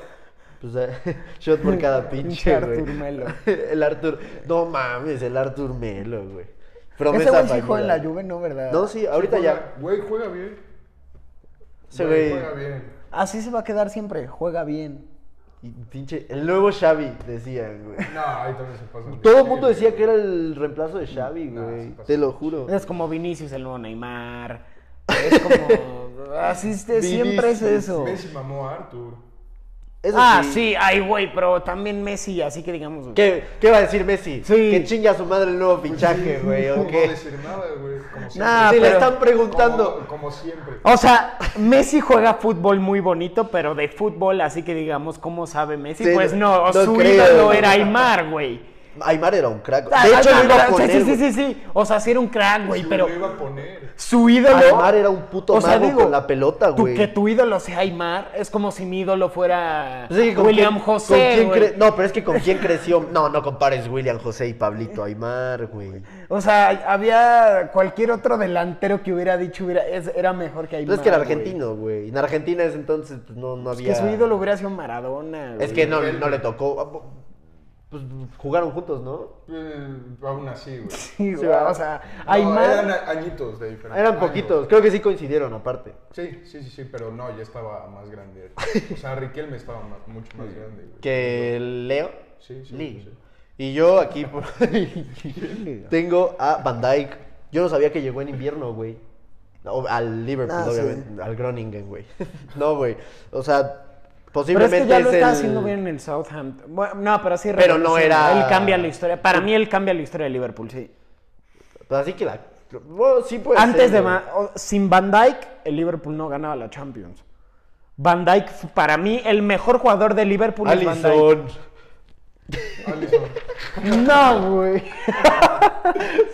S2: pues eh, shot por cada pinche,
S4: Pinche
S2: güey.
S4: Artur Melo.
S2: el Artur, no mames, el Artur Melo, güey.
S4: Ese güey sí
S2: fallida.
S4: juega en la Juve, ¿no? ¿Verdad?
S2: No, sí, ahorita ya.
S3: Juega- Güey, juega bien.
S2: Se
S3: Güey,
S2: ve.
S3: Juega bien.
S4: Así se va a quedar siempre, juega bien.
S2: y Pinche, el nuevo Xavi, decían, güey.
S3: No, ahí también se pasa.
S2: Todo el mundo decía que era el reemplazo de Xavi,
S3: Nah,
S2: güey.
S3: se pasó.
S2: Te lo juro.
S4: Es como Vinicius, el nuevo Neymar. Es como. Así este, siempre es
S2: Vinicius,
S4: eso.
S3: Messi mamó a Arthur.
S2: Eso
S4: Ah, sí, ay, güey, pero también Messi, así que digamos. güey.
S2: ¿Qué, qué va a decir Messi?
S4: Sí.
S2: Que chinga a su madre el nuevo pinchaje, güey. ¿o
S3: No
S2: qué?
S3: puedo decir nada, güey. Como siempre.
S4: Nah,
S2: si le
S4: pero-
S2: están preguntando.
S3: Como, como siempre.
S4: O sea, Messi juega fútbol muy bonito, pero de fútbol, así que digamos, ¿cómo sabe Messi?
S2: Sí,
S4: pues
S2: no-
S4: no,
S2: no
S4: su
S2: creo.
S4: ídolo era Aymar, güey.
S2: Aymar era un crack.
S4: Ah,
S2: De hecho,
S4: ah,
S2: lo iba a
S4: ah,
S2: poner.
S4: sí,
S2: güey.
S4: sí, sí, sí. O sea, sí era un crack, güey,
S3: Yo
S4: pero
S3: Lo iba a poner.
S4: su ídolo.
S2: Aymar era un puto mago con la pelota,
S4: tú-
S2: güey.
S4: Que tu ídolo sea Aymar es como si mi ídolo fuera
S2: Pues es que con
S4: William
S2: quién-
S4: José.
S2: con quién
S4: güey.
S2: cre- No, pero es que con quién creció. No, no compares William José y Pablito Aymar, güey.
S4: O sea, había cualquier otro delantero que hubiera dicho hubiera, es- era mejor que Aymar.
S2: Pues es que era
S4: güey.
S2: argentino, güey. En Argentina en ese entonces pues, no, no había.
S4: Que su ídolo hubiera sido Maradona.
S2: Es
S4: güey.
S2: que no, no le tocó. ah, Pues jugaron juntos, ¿no?
S3: Eh, aún así, güey.
S4: Sí, güey,
S2: ¿verdad?
S4: o sea,
S3: No,
S4: Aymar.
S3: Eran a- añitos de diferencia.
S2: Eran
S3: Años.
S2: poquitos. Creo que sí coincidieron, aparte.
S3: Sí, sí, sí, sí, pero no, ya estaba más grande. O sea, Riquelme estaba más- mucho más grande, güey.
S2: Que Leo.
S3: Sí, sí,
S2: Lee.
S3: sí.
S2: Y yo aquí por- tengo a Van Dyke. Yo no sabía que llegó en invierno, güey. No, al Liverpool,
S4: Ah, sí.
S2: obviamente. Al Groningen, güey. No, güey. O sea,
S4: Pero es
S2: posiblemente
S4: que ya lo
S2: es
S4: está
S2: el-
S4: haciendo bien en el Southampton. Bueno, no, pero sí.
S2: Pero no
S4: revoluciona.
S2: era-
S4: Él cambia la historia. Para mí, él cambia la historia de Liverpool, sí.
S2: Pues así que la. Bueno, sí puede
S4: Antes
S2: ser,
S4: de.
S2: güey.
S4: Ma- o- Sin Van Dyke, el Liverpool no ganaba la Champions. Van Dyke, para mí, el mejor jugador de Liverpool es Van Dyke.
S2: Alisson.
S3: Alisson.
S4: No, güey.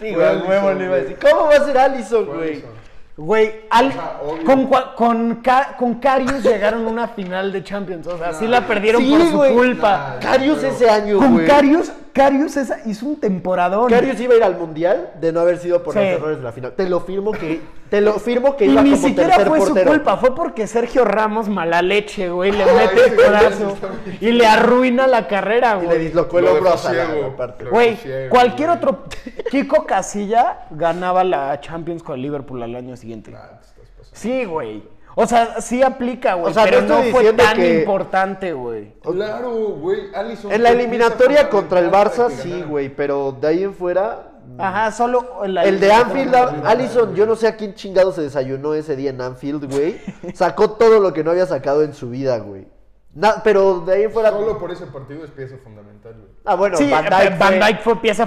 S2: Sí,
S3: Fue
S2: güey, al
S3: Alisson,
S2: huevo le iba a
S3: güey.
S2: decir. ¿Cómo va a ser Alisson,
S3: Fue
S2: güey?
S3: Alisson.
S4: Güey, al-
S3: O sea, obvio.
S4: con, cua- con, Ca- con Carius llegaron a una final de Champions. O sea, sí la perdieron
S2: Sí,
S4: por su
S2: güey.
S4: culpa.
S2: Carius
S3: Pero-
S2: ese año,
S4: Con
S2: güey.
S4: Carius, Carius esa- hizo un temporadón.
S2: Carius iba a ir al mundial de no haber sido por
S4: Sí.
S2: los errores de la final. Te lo firmo que te lo firmo que
S4: Y
S2: iba
S4: ni
S2: como
S4: siquiera
S2: tercer
S4: fue
S2: portero.
S4: su culpa, fue porque Sergio Ramos, mala leche, güey, le
S3: Ay,
S4: mete el
S3: sí, güey,
S4: codazo
S3: está bien.
S4: y le arruina la carrera,
S2: Y le
S4: güey.
S2: dislocó el
S3: Lo
S2: hombro a
S3: dejó
S2: Salah,
S3: ciego.
S2: aparte.
S3: Lo-
S4: Güey,
S3: ciego,
S4: cualquier
S3: güey.
S4: otro. Kiko Casilla ganaba la Champions con el Liverpool al año siguiente.
S3: Ah, te estás pasando.
S4: Sí, güey. O sea, sí aplica, güey,
S2: O sea,
S4: pero
S2: no
S4: no
S2: estoy
S4: fue
S2: diciendo
S4: tan
S2: que-
S4: importante, güey.
S3: Claro, güey. Alisson.
S2: En la
S3: fue
S2: eliminatoria
S3: pieza
S2: contra el
S3: fundamental
S2: Barça
S3: para que
S2: sí,
S3: ganara.
S2: güey, pero de ahí en fuera
S4: Ajá, solo la-
S2: el de Anfield, Allison, yo no sé a quién chingado se desayunó ese día en Anfield, güey. Sacó todo lo que no había sacado en su vida, güey. Na- pero de ahí en fuera
S3: Solo por ese partido es pieza fundamental, güey.
S2: Ah, bueno,
S4: sí, eh,
S2: Van Dijk
S4: Van
S2: fue-
S4: Dijk fue pieza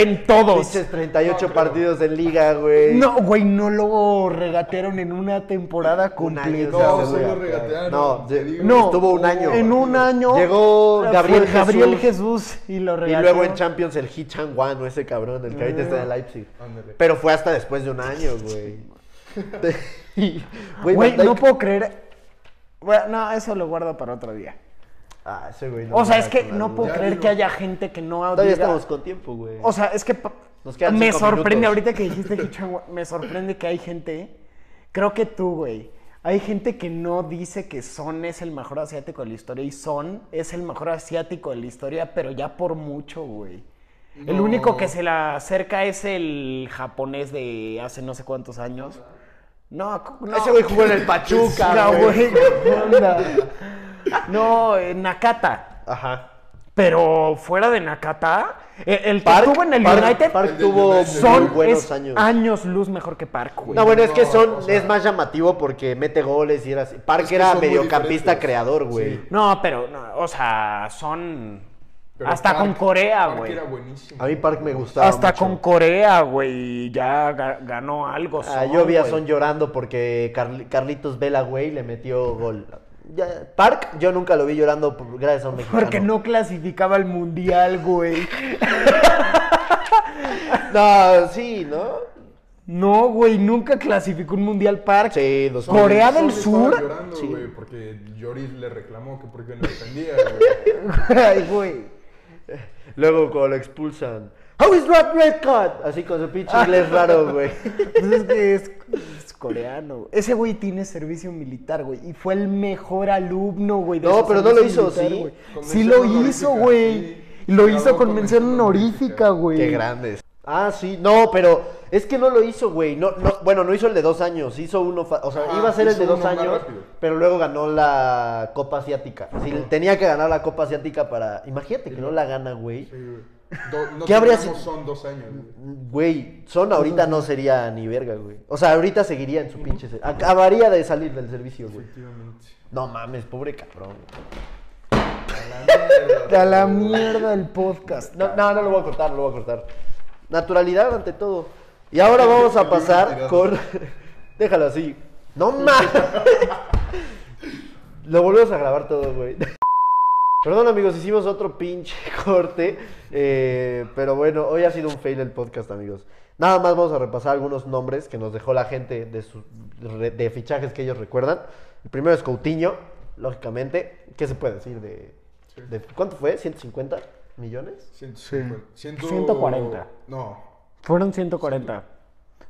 S4: en todos.
S2: Pinches 38
S3: No creo.
S2: partidos en liga, güey.
S4: No, güey, no lo regatearon en una temporada
S2: Un año,
S4: completa.
S2: o sea,
S3: No,
S2: se
S3: solo
S2: dura,
S3: regatearon,
S2: No,
S3: te
S2: de-
S3: digo.
S4: No,
S2: estuvo un año.
S4: En un año
S2: Llegó
S4: fue
S2: Gabriel
S4: Gabriel
S2: Jesús.
S4: Jesús y lo
S2: Y
S4: regateó.
S2: luego en Champions el Hee Chan Wan, o ese cabrón, el que ahorita está en el Leipzig.
S3: Ah. Ándale.
S2: Pero fue hasta después de un año, güey. Güey,
S4: Güey,
S2: Van Dijk-
S4: no puedo creer. Bueno, no, eso lo guardo para otro día.
S2: Ah, ese güey no
S4: O sea,
S2: me
S4: es que
S2: va a
S4: no
S2: acordar.
S4: puedo
S3: Ya
S4: creer
S3: dilo.
S4: que haya gente que no
S2: Todavía
S4: diga-
S2: estamos con tiempo, güey.
S4: O sea, es que pa-
S2: Nos quedan
S4: me
S2: cinco minutos.
S4: sorprende ahorita que dijiste Hichangua, me sorprende que hay gente, creo que tú, güey, hay gente que no dice que Son es el mejor asiático de la historia y Son es el mejor asiático de la historia, pero ya por mucho, güey. El
S3: No.
S4: único que se le acerca es el japonés de hace no sé cuántos años. No, cu- no.
S2: ese güey jugó en el Pachuca,
S4: No,
S2: güey.
S4: güey. ¿qué onda? No, eh, Nakata.
S2: Ajá.
S4: Pero fuera de Nakata, el, el que
S2: Park-
S4: estuvo en el
S2: Park-
S4: United,
S2: Park
S3: El del
S2: tuvo
S3: United.
S2: muy
S4: son
S2: buenos
S4: es
S2: años.
S4: años. luz mejor que Park, güey.
S2: No, bueno, es que
S3: No,
S2: son
S3: o sea-
S2: es más llamativo porque mete goles y era así. Park
S3: Es que
S2: era
S3: son muy
S2: mediocampista
S3: diferentes.
S2: creador, güey.
S3: Sí.
S4: No, pero, no, o sea, son.
S3: Pero
S4: hasta
S3: Park-
S4: con Corea,
S3: Park
S4: güey.
S3: era buenísimo.
S2: A mí Park me gustaba
S4: Hasta
S2: mucho.
S4: con Corea, güey. Ya ga- ganó algo.
S2: Ah,
S4: Son,
S2: yo vi a
S4: güey.
S2: Son llorando porque Carli- Carlitos Vela, güey, le metió gol. Ya, Park, yo nunca lo vi llorando por- gracias a un mexicano.
S4: Porque no clasificaba al mundial, güey.
S2: No, sí, ¿no?
S4: No, güey, nunca clasificó un mundial Park.
S2: Sí, dos mil-
S4: Corea del
S3: Sol
S4: Sur.
S3: Estaba llorando, güey, porque Lloris le reclamó que por qué no defendía, güey.
S4: Ay, güey.
S2: Luego cuando lo expulsan. How is that red card? Así con su pinche inglés raro, güey.
S4: Pues es que es, es coreano. güey. Ese güey tiene servicio militar, güey. Y fue el mejor alumno, güey. de
S2: No,
S4: su
S2: pero no lo
S4: servicio
S2: hizo, ¿sí?
S4: güey.
S3: Con
S4: Sí
S3: mención
S4: lo
S3: honorífica,
S4: hizo, güey.
S3: sí.
S4: Y Lo
S3: Grabó
S4: hizo con
S3: con
S4: mención
S3: mención
S4: honorífica,
S3: honorífica.
S4: güey.
S2: Qué grandes. Ah, sí, no, pero es que no lo hizo, güey. No, no, bueno, no hizo el de dos años, hizo uno, fa- o sea,
S3: Ajá,
S2: iba a ser el
S3: hizo
S2: de dos
S3: uno más
S2: años,
S3: rápido.
S2: pero luego ganó la Copa Asiática. Sí, tenía que ganar la Copa Asiática para, imagínate que no la gana, güey.
S3: Sí, güey. Do- no
S2: ¿Qué habría
S3: tendríamos
S2: si-
S3: Son dos años, güey.
S2: Güey, Son ahorita no sería ni verga, güey. O sea, ahorita seguiría en su pinche. ser- Acabaría de salir del servicio, güey.
S3: Efectivamente.
S2: No mames, pobre cabrón.
S4: A la mierda el podcast.
S2: No, no, no lo voy a cortar, no lo voy a cortar. Naturalidad ante todo. Y ahora vamos a pasar con. Déjalo así. ¡No mames! Lo volvemos a grabar todo, güey. Perdón, amigos, hicimos otro pinche corte. eh, pero bueno, hoy ha sido un fail el podcast, amigos. Nada más vamos a repasar algunos nombres que nos dejó la gente de, sus re- de fichajes que ellos recuerdan. El primero es Coutinho, lógicamente. ¿Qué se puede decir de, de- ¿Cuánto fue? ¿150 millones?
S3: 150. Ciento-
S4: 140.
S3: No.
S4: Fueron 140.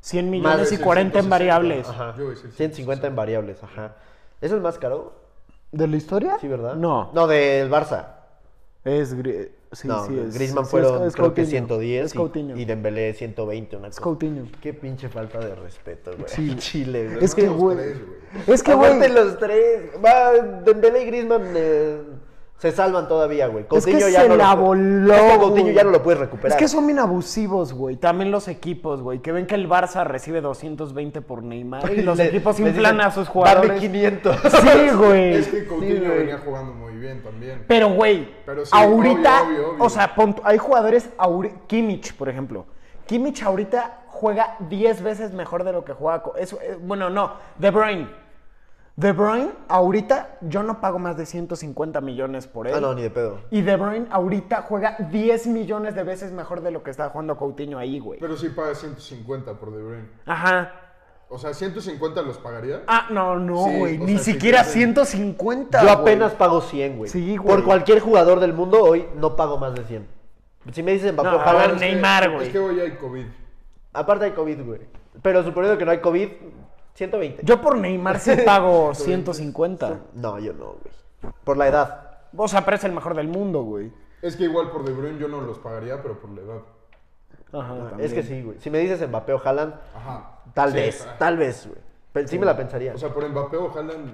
S4: 100 millones
S3: de
S4: y 40 en
S3: 160,
S4: variables.
S3: ajá.
S2: Ajá.
S3: Yo voy a decir
S2: 150 en variables, ajá. ¿Es el más caro?
S4: ¿De la historia?
S2: Sí, ¿verdad?
S4: No.
S2: No, del Barça.
S4: Es Gri- sí,
S2: no,
S4: sí, es-
S2: Griezmann
S4: sí,
S2: fueron
S4: es- es
S2: creo que
S4: Coutinho.
S2: 110
S4: Es Coutinho.
S2: y, y Dembélé 120, una
S4: Es
S2: cosa.
S4: Coutinho.
S2: Qué pinche falta de respeto, güey.
S4: Sí.
S2: Chile, güey.
S4: Es que,
S3: Los
S4: güey.
S3: tres, güey.
S4: Es que, güey.
S2: Aparte los tres, va Dembélé y Griezmann eh, se salvan todavía, güey.
S4: Es que
S2: Coutinho ya
S4: se
S2: no
S4: la
S2: lo,
S4: voló.
S2: Ese Coutinho
S4: güey.
S2: ya no lo puedes recuperar.
S4: Es que son bien abusivos, güey. También los equipos, güey. Que ven que el Barça recibe 220 por Neymar y los
S2: Le-
S4: equipos
S2: les
S4: inflan
S2: dicen,
S4: a sus
S2: Dame
S4: jugadores.
S2: 500.
S4: Sí, eh, güey.
S3: Es que
S2: Sí,
S3: Coutinho
S2: güey.
S3: venía jugando muy bien también.
S4: Pero, güey,
S3: Pero sí,
S4: ahorita,
S3: obvio, obvio, obvio.
S4: o sea, pon tú- hay jugadores, ahori- Kimmich, por ejemplo. Kimmich ahorita juega 10 veces mejor de lo que juega. co- es- eh, bueno, no, De Bruyne. De Bruyne, ahorita yo no pago más de 150 millones por él.
S2: Ah, no, ni de pedo.
S4: Y De Bruyne ahorita juega 10 millones de veces mejor de lo que está jugando Coutinho ahí, güey.
S3: Pero sí paga 150 por De Bruyne.
S4: Ajá.
S3: O sea, 150 los pagaría.
S4: Ah, no, no,
S3: Sí,
S4: güey.
S3: o
S4: Ni
S3: sea, sí
S4: siquiera
S3: te hacen-
S4: 150.
S2: Yo
S4: güey.
S2: apenas pago 100, güey.
S4: Sí, güey.
S2: Por cualquier jugador del mundo hoy no pago más de 100. Si me dicen,
S4: No,
S2: papá,
S4: a
S2: pagan...
S4: ver, Neymar,
S3: Es que-
S4: güey.
S3: Eh, Es que hoy hay COVID.
S2: Aparte hay COVID, güey. Pero suponiendo que no hay COVID, 120.
S4: Yo por Neymar sí pago 150.
S2: No, yo no, güey. Por la edad.
S4: O sea, pero es el mejor del mundo, güey.
S3: Es que igual por De Bruyne yo no los pagaría, pero por la edad.
S4: Ajá.
S2: es que sí, güey. Si me dices Mbappé o Haaland,
S3: Ajá.
S2: tal
S3: Sí,
S2: vez,
S3: ajá.
S2: tal vez, güey. Pero sí me la pensaría.
S3: O sea, por Mbappé o Haaland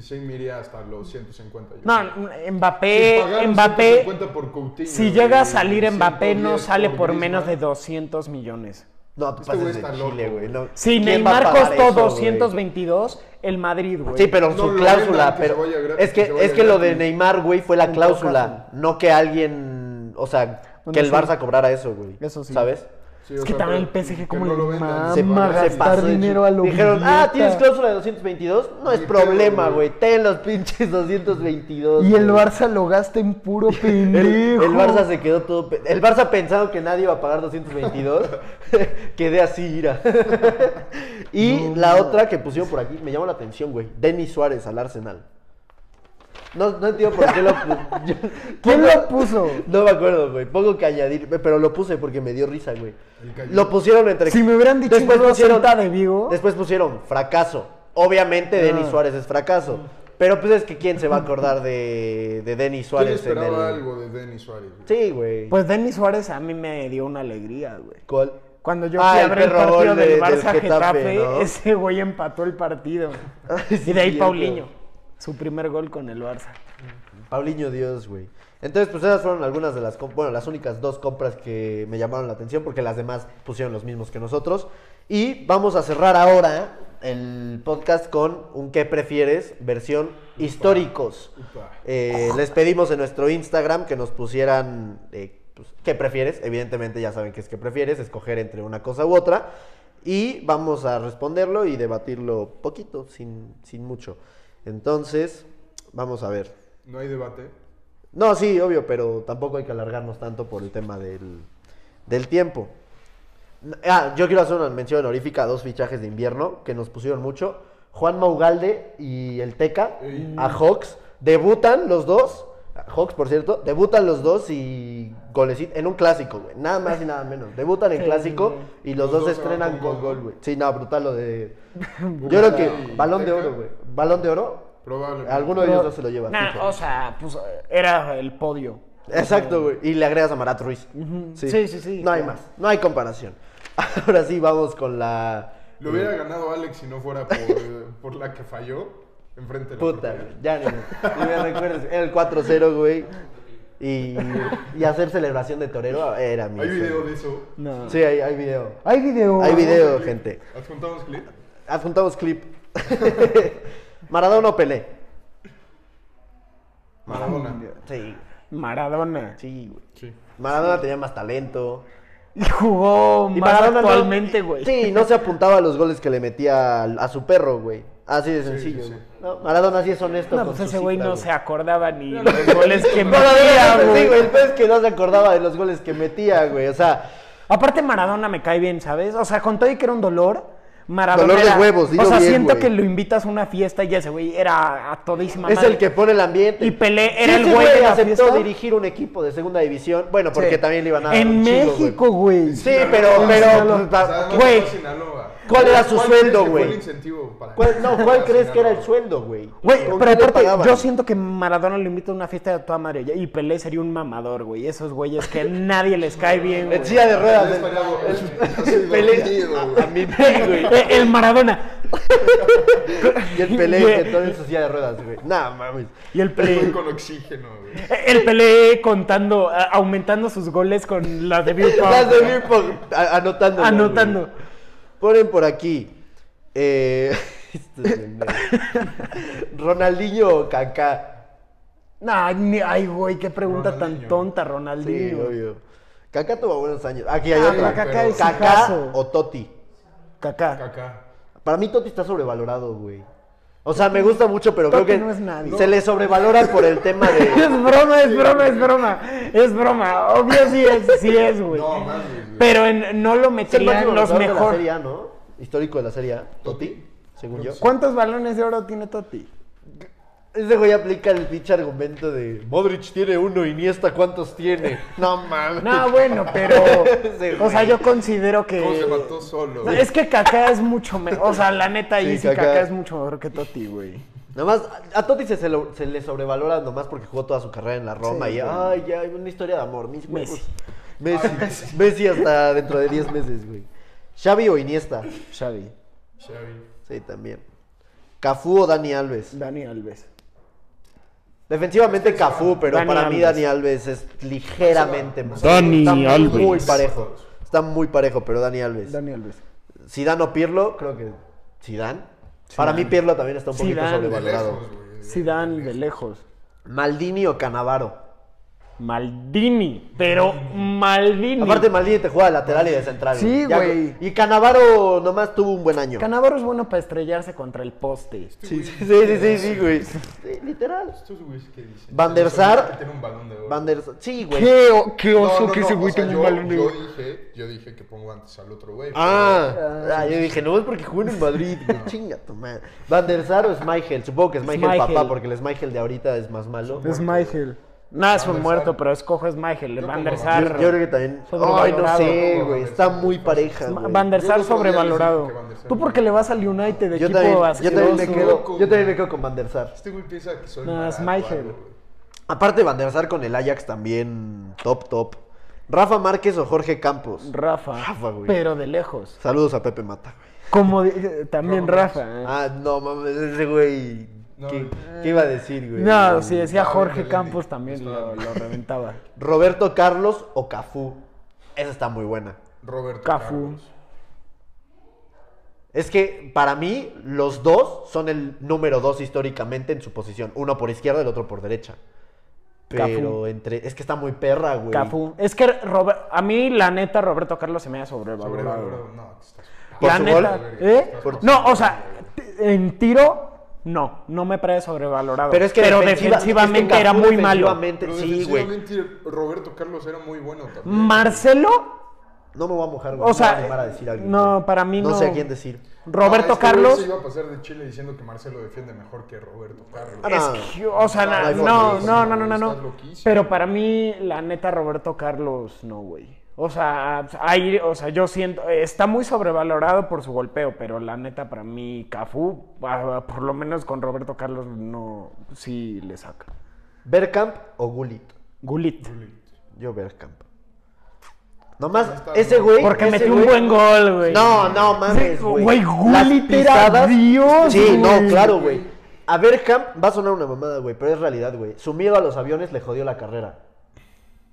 S3: sí me iría hasta los 150. yo
S4: No,
S3: creo.
S4: Eh, Mbappé,
S3: Si pagaron
S4: Mbappé.
S3: 150 por Coutinho, eh,
S4: Si llega a
S3: güey,
S4: salir Mbappé, no
S3: 110
S4: sale por
S3: Griezmann.
S4: menos de 200 millones.
S2: no, tú
S3: este
S2: pases
S3: güey
S2: de
S3: está
S2: Chile,
S3: loco,
S2: güey. no.
S4: Si
S2: ¿Quién va a
S4: Neymar
S2: pagar
S4: costó
S2: eso, güey?
S4: 222, el Madrid, güey.
S2: Sí, pero
S3: No,
S2: su
S3: lo
S2: cláusula,
S3: vendan, que
S2: pero
S3: se vaya gratis,
S2: es que
S3: que se vaya
S2: es que lo de
S3: gratis.
S2: Neymar, güey, fue la
S4: En todo
S2: cláusula, no que alguien, o sea,
S4: Bueno,
S2: que el
S4: sí.
S2: Barça cobrara eso, güey.
S4: Eso sí.
S2: ¿Sabes?
S3: Sí,
S4: Es
S3: o
S4: que
S3: sea,
S4: también
S3: pero
S4: el PSG
S3: que
S4: como
S3: no
S4: le
S3: lo vendan,
S4: mama
S3: se vaya
S4: gastar
S3: gratis.
S2: de
S4: dinero
S2: chi-
S4: a lo
S2: Dijeron, ah,
S4: idiota".
S2: ¿tienes cláusula de 222? No es
S3: Ni pedo,
S2: problema,
S3: güey.
S2: güey. Ten los pinches 222.
S4: Y el
S2: güey.
S4: Barça lo gasta en puro pendejo.
S2: El, el Barça se quedó todo. pe- El Barça pensando que nadie iba a pagar 222. quedé así, ira. y la otra que pusieron por aquí, me llamó la atención, güey. Denis Suárez al Arsenal. No, no entiendo por qué lo pu- yo-
S4: ¿Quién
S2: pongo-
S4: lo puso?
S2: No me acuerdo, güey. Pongo que añadir, pero lo puse porque me dio risa, güey.
S3: El cañón.
S2: Lo pusieron entre.
S4: Si me hubieran dicho una cinta de Vigo.
S2: Después pusieron fracaso. Obviamente, Denis
S4: Ah.
S2: Suárez es fracaso. Pero pues es que quién se va a acordar de, de Denis
S3: ¿Quién
S2: Suárez en el.
S3: esperaba algo de Denis Suárez? güey?
S2: Sí, güey.
S4: Pues Denis Suárez a mí me dio una alegría, güey.
S2: ¿Cuál?
S4: Cuando yo
S2: Ah,
S4: fui a
S2: el
S4: ver el
S2: perro
S4: partido
S2: gol de-
S4: del
S2: del
S4: Barça Getafe,
S2: Getafe, ¿no?
S4: ese güey empató el partido.
S2: Ay, sí,
S4: y de ahí
S2: cierto.
S4: Paulinho, su primer gol con el Barça.
S2: Paulinho Dios, güey. Entonces, pues esas fueron algunas de las, comp- bueno, las únicas dos compras que me llamaron la atención porque las demás pusieron los mismos que nosotros. Y vamos a cerrar ahora el podcast con un qué prefieres versión históricos.
S3: Upa.
S2: Eh, les pedimos en nuestro Instagram que nos pusieran eh, pues, qué prefieres. Evidentemente ya saben que es qué prefieres, escoger entre una cosa u otra. Y vamos a responderlo y debatirlo poquito, sin, sin mucho. Entonces, vamos a ver.
S3: No hay debate.
S2: No, sí, obvio, pero tampoco hay que alargarnos tanto por el tema del, del tiempo. N- Ah, yo quiero hacer una mención honorífica a dos fichajes de invierno que nos pusieron mucho. Juan Maugalde y el Teca
S3: Ey.
S2: a Hawks. Debutan los dos. Hawks, por cierto. Debutan los dos y golecitos en un clásico, güey. Nada más y nada menos. Debutan en clásico y los,
S3: Los
S2: dos,
S3: dos se van
S2: estrenan
S3: con
S2: con
S3: gol.
S2: gol, güey. Sí, no, brutal lo de. Yo creo que
S3: y
S2: balón de
S3: Teca.
S2: oro, güey. Balón de oro.
S3: Probablemente.
S2: Alguno de ellos dos se lo lleva.
S4: Nah,
S2: fijo.
S4: o sea, pues era el podio.
S2: Exacto, güey. Y le agregas a Marat Ruiz.
S4: Sí, sí, sí,
S2: No hay
S4: claro.
S2: más. No hay comparación. Ahora sí, vamos con la.
S3: Lo hubiera ganado Alex si no fuera por, por la que falló enfrente de la
S2: Puta,
S3: portería.
S2: güey, ya ni me, ni me recuerdes. Era el 4-0, güey. Y, y hacer celebración de torero era mi.
S3: Hay video
S2: sueño.
S3: de eso.
S4: No.
S2: Sí, hay, hay video.
S4: Hay video.
S2: Hay video,
S3: Clip.
S2: gente.
S3: ¿Adjuntamos clip?
S2: Adjuntamos clip. Maradona o Pelé.
S3: Maradona.
S2: Sí,
S4: Maradona.
S2: sí, güey.
S3: Sí.
S2: Maradona tenía más talento.
S4: Y jugó
S2: Y
S4: más
S2: Maradona no-
S4: actualmente, güey.
S2: sí, no se apuntaba a los goles que le metía al- a su perro, güey. Así de sencillo.
S3: sí, sí.
S2: güey. No, Maradona sí es honesto.
S4: No,
S2: con
S4: pues
S2: su
S4: ese güey
S2: cifra,
S4: no se acordaba ni
S3: No,
S4: los
S3: no,
S4: goles que
S3: no,
S2: No, no, no,
S4: metía,
S2: no, no, sí, güey.
S4: güey.
S2: El pez que no se acordaba de los goles que metía, güey. O sea,
S4: Aparte Maradona me cae bien, ¿sabes? O sea, con todo y que era un dolor, Maradona
S2: Dolor de
S4: era-
S2: huevos, dilo
S4: O sea,
S2: bien,
S4: siento
S2: güey.
S4: que lo invitas a una fiesta y ya ese güey era a todísima
S2: es
S4: madre.
S2: el que pone el ambiente.
S4: Y Pelé era
S2: Sí,
S4: el
S2: ese
S4: güey de la
S2: aceptó
S4: fiesta.
S2: dirigir un equipo de segunda división. Bueno, porque
S4: Sí.
S2: también le iban a dar
S4: En
S2: un chingo, güey.
S4: México, güey.
S2: Sí, pero, pero, pa-
S3: Además,
S2: güey,
S3: fue a Sinaloa.
S2: ¿cuál era su
S3: crees
S2: sueldo,
S3: que
S2: güey?
S3: Fue el incentivo para
S2: ¿cuál- no, ¿cuál
S3: para
S2: crees que era el
S3: Sinaloa?
S2: sueldo, güey?
S4: Güey,
S2: ¿Con
S4: pero
S2: qué le
S4: aparte,
S2: pagaban?
S4: yo siento que Maradona lo invita a una fiesta de toda madre y Pelé sería un mamador, güey. Esos güeyes que nadie les cae bien,
S2: En
S4: güey.
S2: silla de ruedas. el-
S3: Pelé estaría bo-
S2: el-
S3: así
S2: el Pelé-
S3: dormido,
S2: a-
S3: güey.
S2: a mi pie, güey.
S4: Eh, El Maradona
S2: Y el
S4: Güey.
S2: Pelé que todo en su silla de ruedas, güey. Nah, mames.
S4: y el
S3: El güey
S4: Pelé.
S3: con oxígeno, güey.
S4: El Pelé contando, a- aumentando sus goles con las de Bill Pump.
S2: Las de Beer Pong, a- anotando. güey.
S4: Anotando.
S2: Ponen por aquí. eh, esto es bien negro. Ronaldinho o Kaká.
S4: Nah, ni- ay, güey, qué pregunta tan
S3: Ronaldinho.
S4: tonta,
S2: Sí,
S4: Ronaldinho.
S2: obvio. Kaká tuvo buenos años. Aquí hay
S4: Ah,
S2: otra.
S4: pero Kaká es
S2: Kaká
S4: hijazo.
S2: o Totti.
S4: Kaká.
S3: Kaká.
S2: Para mí Totti está sobrevalorado, güey. O sea, me gusta mucho, pero creo
S4: Totti
S2: que
S4: no es nadie.
S2: se le sobrevalora por el tema
S4: Es
S2: de...
S4: broma, es broma, es broma. Es broma. Obvio sí es, sí es, güey.
S3: No, más, güey.
S4: Pero en- no lo
S2: Es el máximo
S4: meterían los
S2: goleador de la
S4: mejores.
S2: Serie A, ¿no? Histórico de la Serie A. Totti, según yo.
S4: ¿Cuántos balones de oro tiene Totti?
S2: Ese güey aplica el pinche argumento de Modric tiene uno, Iniesta cuántos tiene. No mames.
S4: No, bueno, pero.
S2: Ese
S4: o sea,
S2: güey.
S4: yo considero que.
S3: ¿Cómo se mató solo?
S4: No, es que Kaká es mucho mejor. O sea, la neta, ahí
S2: Sí,
S4: sí, Kaká.
S2: Kaká
S4: es mucho mejor que Totti, güey.
S2: Nomás, a a Totti se, se lo- se le sobrevalora nomás porque jugó toda su carrera en la Roma y ay, ya, una historia de amor. Mis huevos.
S4: Messi.
S2: Messi. Messi hasta dentro de 10 meses, güey. Xavi o Iniesta.
S4: Xavi,
S3: Xavi.
S2: Sí, también. Cafú o Dani Alves.
S4: Dani Alves.
S2: Defensivamente Cafú, pero
S4: Dani
S2: para mí
S4: Alves.
S2: Dani Alves es ligeramente más.
S3: Dani
S2: Está Muy
S3: Alves.
S2: parejo. Está muy parejo, pero Dani Alves.
S4: Dani Alves.
S2: Zidane o Pirlo, creo que Zidane. Para mí Pirlo también está un poquito
S4: Zidane.
S2: sobrevalorado.
S3: Lejos, güey.
S4: Zidane de lejos.
S2: Maldini o Canavaro.
S4: Maldini. Pero Maldini.
S2: Aparte Maldini te juega de lateral y de central.
S4: Sí,
S2: Ya-
S4: güey.
S2: Y Canavaro nomás tuvo un buen año.
S4: Canavaro es bueno para estrellarse contra el poste.
S2: sí, sí, sí, sí, sí, sí, güey. Sí, literal.
S3: Estos güeyes que dicen.
S2: Van der Sar.
S3: Que tiene un balón de oro.
S2: Van der Sar- Sí, güey.
S4: Qué, o- qué
S3: No,
S4: oso
S3: no,
S4: que
S3: no,
S4: ese
S3: o
S4: güey
S3: sea,
S4: tenga
S3: yo-
S4: un balón de
S3: Yo
S4: oro.
S3: dije, yo dije que pongo antes al otro güey.
S2: Ah, ah, yo dije, no es porque juegan en Madrid, güey. Chinga tu madre. Van der Sar o Schmeichel. Supongo que Schmeichel,
S4: Schmeichel.
S2: papá, porque el Schmeichel de ahorita es más malo.
S4: Es Michael. No, es un
S3: Van der
S4: muerto,
S3: Sar.
S4: pero escojo es Michael.
S3: Yo
S4: Van
S3: como
S4: der
S2: Yo,
S4: Sar.
S2: yo creo que también. Ay, no
S4: Sobrevalorado.
S2: sé, güey. Está muy pareja, güey.
S4: Van der
S3: Yo
S4: Sar
S3: el otro día
S4: sobrevalorado.
S3: dije que Van der Sar
S4: Tú
S3: no.
S4: porque le vas al United,
S2: Yo
S4: equipo
S2: también, yo
S4: asqueroso.
S2: también me quedo,
S3: Loco,
S2: yo también me
S3: güey.
S2: quedo con Van der Sar.
S3: Este güey piensa que soy.
S4: No,
S3: barato,
S4: es Michael.
S3: algo, güey.
S2: Aparte Van der Sar con el Ajax también top top. Rafa Márquez o Jorge Campos.
S4: Rafa.
S2: Rafa, güey.
S4: Pero de lejos.
S2: Saludos a Pepe Mata. güey.
S4: Como de- eh, también
S3: Rafa.
S4: Rafa. eh.
S2: Ah, no mames, ese güey.
S3: No,
S2: ¿Qué,
S3: eh.
S2: qué iba a decir, güey?
S4: No, si decía
S3: no,
S4: Jorge
S3: no,
S4: Campos
S3: no,
S4: también
S3: no,
S4: lo,
S3: no.
S4: lo reventaba.
S2: Roberto Carlos o Cafú. Esa está muy buena.
S3: Roberto
S4: Cafú.
S3: Carlos.
S2: Es que para mí los dos son el número dos históricamente en su posición. Uno por izquierda, el otro por derecha. Pero
S4: Cafú.
S2: entre... Es que está muy perra, güey.
S4: Cafú. Es que Robert- a mí, la neta, Roberto Carlos se me ha sobrevalorado.
S3: Sobrevalorado. No, que estás.
S2: ¿Por
S4: la
S2: su
S4: neta.
S2: gol?
S4: ¿eh?
S3: Por-
S4: No, o sea, t- en tiro, no. No me parece sobrevalorado.
S2: Pero es que defensiva-
S4: defensivamente
S2: es que
S4: era
S2: Cafú
S4: muy malo.
S2: defensivamente-
S3: Pero
S2: Sí, güey.
S3: Ah, defensivamente, Roberto Carlos era muy bueno también.
S4: Marcelo
S2: No me voy a mojar, güey.
S4: O
S2: no
S4: sea,
S2: voy a animar a decir a alguien,
S4: no,
S2: güey.
S4: para mí
S2: No sé
S4: no.
S2: a quién decir.
S4: Roberto
S3: Ah, este güey
S4: Carlos.
S3: Se iba a pasar de Chile diciendo que Marcelo defiende mejor que Roberto Carlos.
S2: Ah,
S4: Es
S2: no.
S4: que, o sea,
S2: No,
S4: na-
S2: hay
S4: no,
S2: forma,
S4: no, no, no, no,
S3: estás
S4: no.
S3: loquísimo.
S4: Pero para mí, la neta, Roberto Carlos, no, güey. O sea, hay, o sea, yo siento, está muy sobrevalorado por su golpeo, pero la neta, para mí, Cafú, ah, por lo menos con Roberto Carlos, no, sí le saca.
S2: ¿Berkamp o Gullit?
S4: Gulit.
S2: Yo Berkamp. Nomás,
S3: Está
S2: ese
S3: bien.
S2: güey.
S4: Porque
S2: ese
S4: metió un
S2: güey-
S4: buen gol, güey.
S2: No, no, mames,
S4: Sí,
S2: güey.
S4: güey,
S2: Las
S4: Gullit era
S2: pisadas-
S4: Dios,
S2: Sí, no,
S4: güey.
S2: claro, güey. A Bergkamp va a sonar una mamada, güey, pero es realidad, güey. Su miedo a los aviones le jodió la carrera.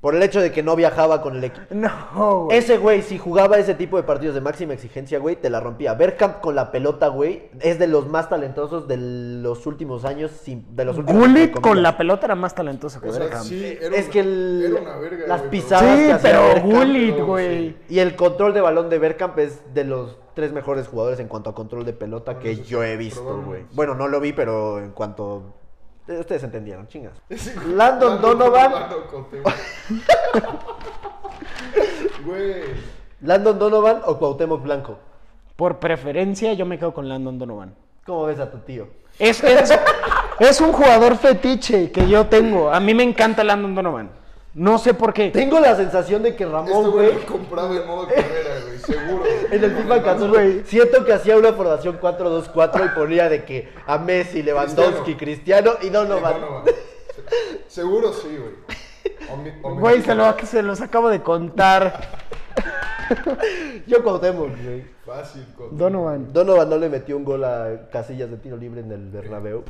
S2: Por el hecho de que no viajaba con el equipo.
S4: No, güey.
S2: Ese güey, si jugaba ese tipo de partidos de máxima exigencia, güey, te la rompía. Bergkamp con la pelota, güey, es de los más talentosos de los últimos años. sin- de los últimos
S4: Gullit
S2: entre
S4: con la
S2: comillas.
S4: pelota era más talentoso que
S3: O sea,
S4: Bergkamp. Sí,
S3: sí, era
S2: Es
S3: una-
S2: que el-
S3: era una verga,
S2: las
S3: güey, pero-
S2: pisadas- sabes que hacía
S4: pero
S2: Bergkamp,
S4: Gullit,
S3: no,
S4: güey.
S3: sí.
S2: Y el control de balón de Bergkamp es de los tres mejores jugadores en cuanto a control de pelota que
S3: eso sí,
S2: yo he visto, güey.
S3: probablemente.
S2: Bueno, no lo vi, pero en cuanto... eh, Ustedes entendieron, chingas.
S3: Ese-
S2: Landon Donovan.
S3: Donovan con Teo. Güey.
S2: ¿Landon Donovan o Cuauhtémoc Blanco?
S4: Por preferencia, yo me quedo con Landon Donovan.
S2: ¿Cómo ves a tu tío?
S4: Es, es- es un jugador fetiche que yo tengo. A mí me encanta Landon Donovan. No sé por qué.
S2: Tengo la sensación de que
S3: Este
S2: Ramón,
S3: güey
S2: güey,
S3: lo compraba en modo carrera, güey, seguro.
S2: en el FIFA 14,
S4: güey.
S2: siento que hacía una formación 4-2-4 y ponía de que a Messi, Lewandowski, Cristiano, y Donovan.
S3: Donovan. Se- Seguro sí, güey. O mi- o mi-
S4: Güey, se, lo, se los acabo de contar.
S2: Yo Cuauhtémoc, güey.
S3: Fácil, con
S4: Donovan.
S2: Donovan no le metió un gol a Casillas de tiro libre en el Bernabéu.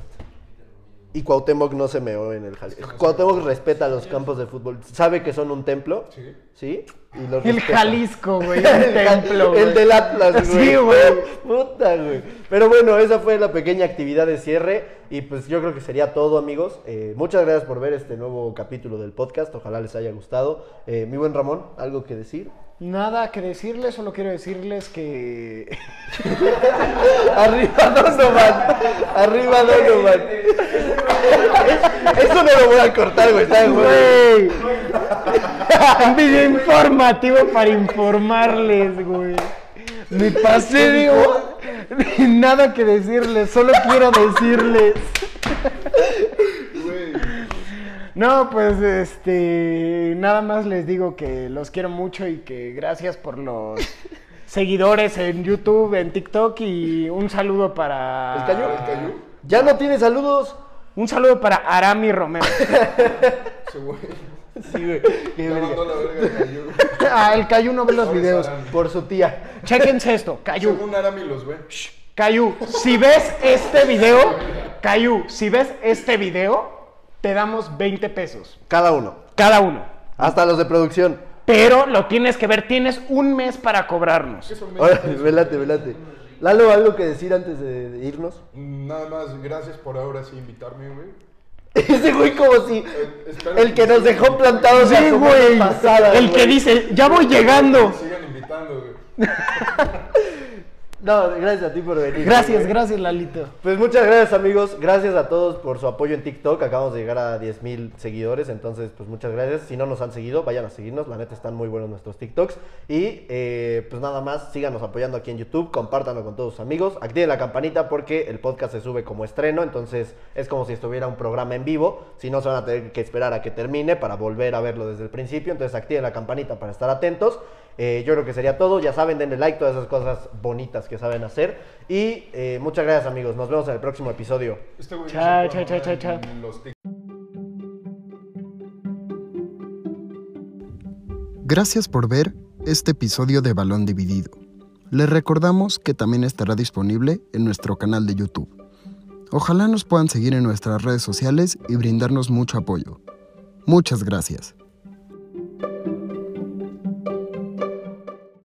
S2: Y Cuauhtémoc no se meó en el Jalisco. Cuauhtémoc respeta los campos de fútbol. Sabe que son un templo.
S3: Sí.
S2: ¿Sí? Y los
S4: El
S2: respeta.
S4: Jalisco, güey.
S2: El,
S4: El
S2: Jal-
S4: templo,
S2: el
S4: güey.
S2: del Atlas, güey.
S4: Sí, güey.
S2: Puta, güey. Pero bueno, esa fue la pequeña actividad de cierre. Y pues yo creo que sería todo, amigos. Eh, muchas gracias por ver este nuevo capítulo del podcast. Ojalá les haya gustado. Eh, mi buen Ramón, ¿algo que decir?
S4: Nada que decirles, solo quiero decirles que.
S2: Arriba Donovan. Arriba Donovan. Eso no lo voy a cortar, güey. Está de huevo.
S4: Güey. Un video informativo para informarles, güey. Me pasé de. Nada que decirles, solo quiero decirles.
S3: Güey.
S4: No, pues este, nada más les digo que los quiero mucho y que gracias por los seguidores en YouTube, en TikTok y un saludo para
S2: ¿El Cayu?
S3: ¿El Cayu?
S2: Ya no tiene saludos.
S4: Un saludo para Arami Romero.
S3: Ese güey.
S2: Sí, güey. Qué
S3: Ya mandó
S2: verga.
S3: la verga, cayó.
S4: Ah, el Cayu no ve los
S3: Ahora es
S4: videos.
S3: Arami.
S2: Por su tía.
S4: Chéquense esto, Cayu.
S3: Según Arami los ve.
S4: Cayu, si ves este video, Cayu, si ves este video, te damos 20 pesos
S2: Cada uno.
S4: cada uno.
S2: Hasta los de producción.
S4: Pero lo tienes que ver, tienes un mes para cobrarnos.
S3: Eso me-
S2: Órale, velate, velate. Lalo, ¿algo que decir antes de de irnos?
S3: Nada más, gracias por ahora sí invitarme, güey.
S2: Ese güey como si...
S3: Eh, espero
S2: El que nos dejó plantados la
S4: Sí,
S2: semana
S4: güey.
S2: pasada,
S4: El que
S2: güey.
S4: dice, ya voy llegando.
S3: Me sigan invitando, güey.
S2: No, gracias a ti por venir.
S4: Gracias,
S2: güey.
S4: gracias, Lalito.
S2: Pues muchas gracias amigos, gracias a todos por su apoyo en TikTok, acabamos de llegar a 10.000 seguidores, entonces pues muchas gracias, si no nos han seguido, vayan a seguirnos, la neta están muy buenos nuestros TikToks y eh, pues nada más, síganos apoyando aquí en YouTube, compártanlo con todos sus amigos, activen la campanita porque el podcast se sube como estreno, entonces es como si estuviera un programa en vivo, si no se van a tener que esperar a que termine para volver a verlo desde el principio, entonces activen la campanita para estar atentos. Eh, yo creo que sería todo. Ya saben, denle like, todas esas cosas bonitas que saben hacer. Y eh, muchas gracias, amigos. Nos vemos en el próximo episodio.
S3: Este güey no
S4: Chao,
S3: se puede
S4: chao, chao,
S3: mamar
S4: chao, chao.
S3: en Los
S1: Gracias por ver este episodio de Balón Dividido. Les recordamos que también estará disponible en nuestro canal de YouTube. Ojalá nos puedan seguir en nuestras redes sociales y brindarnos mucho apoyo. Muchas gracias.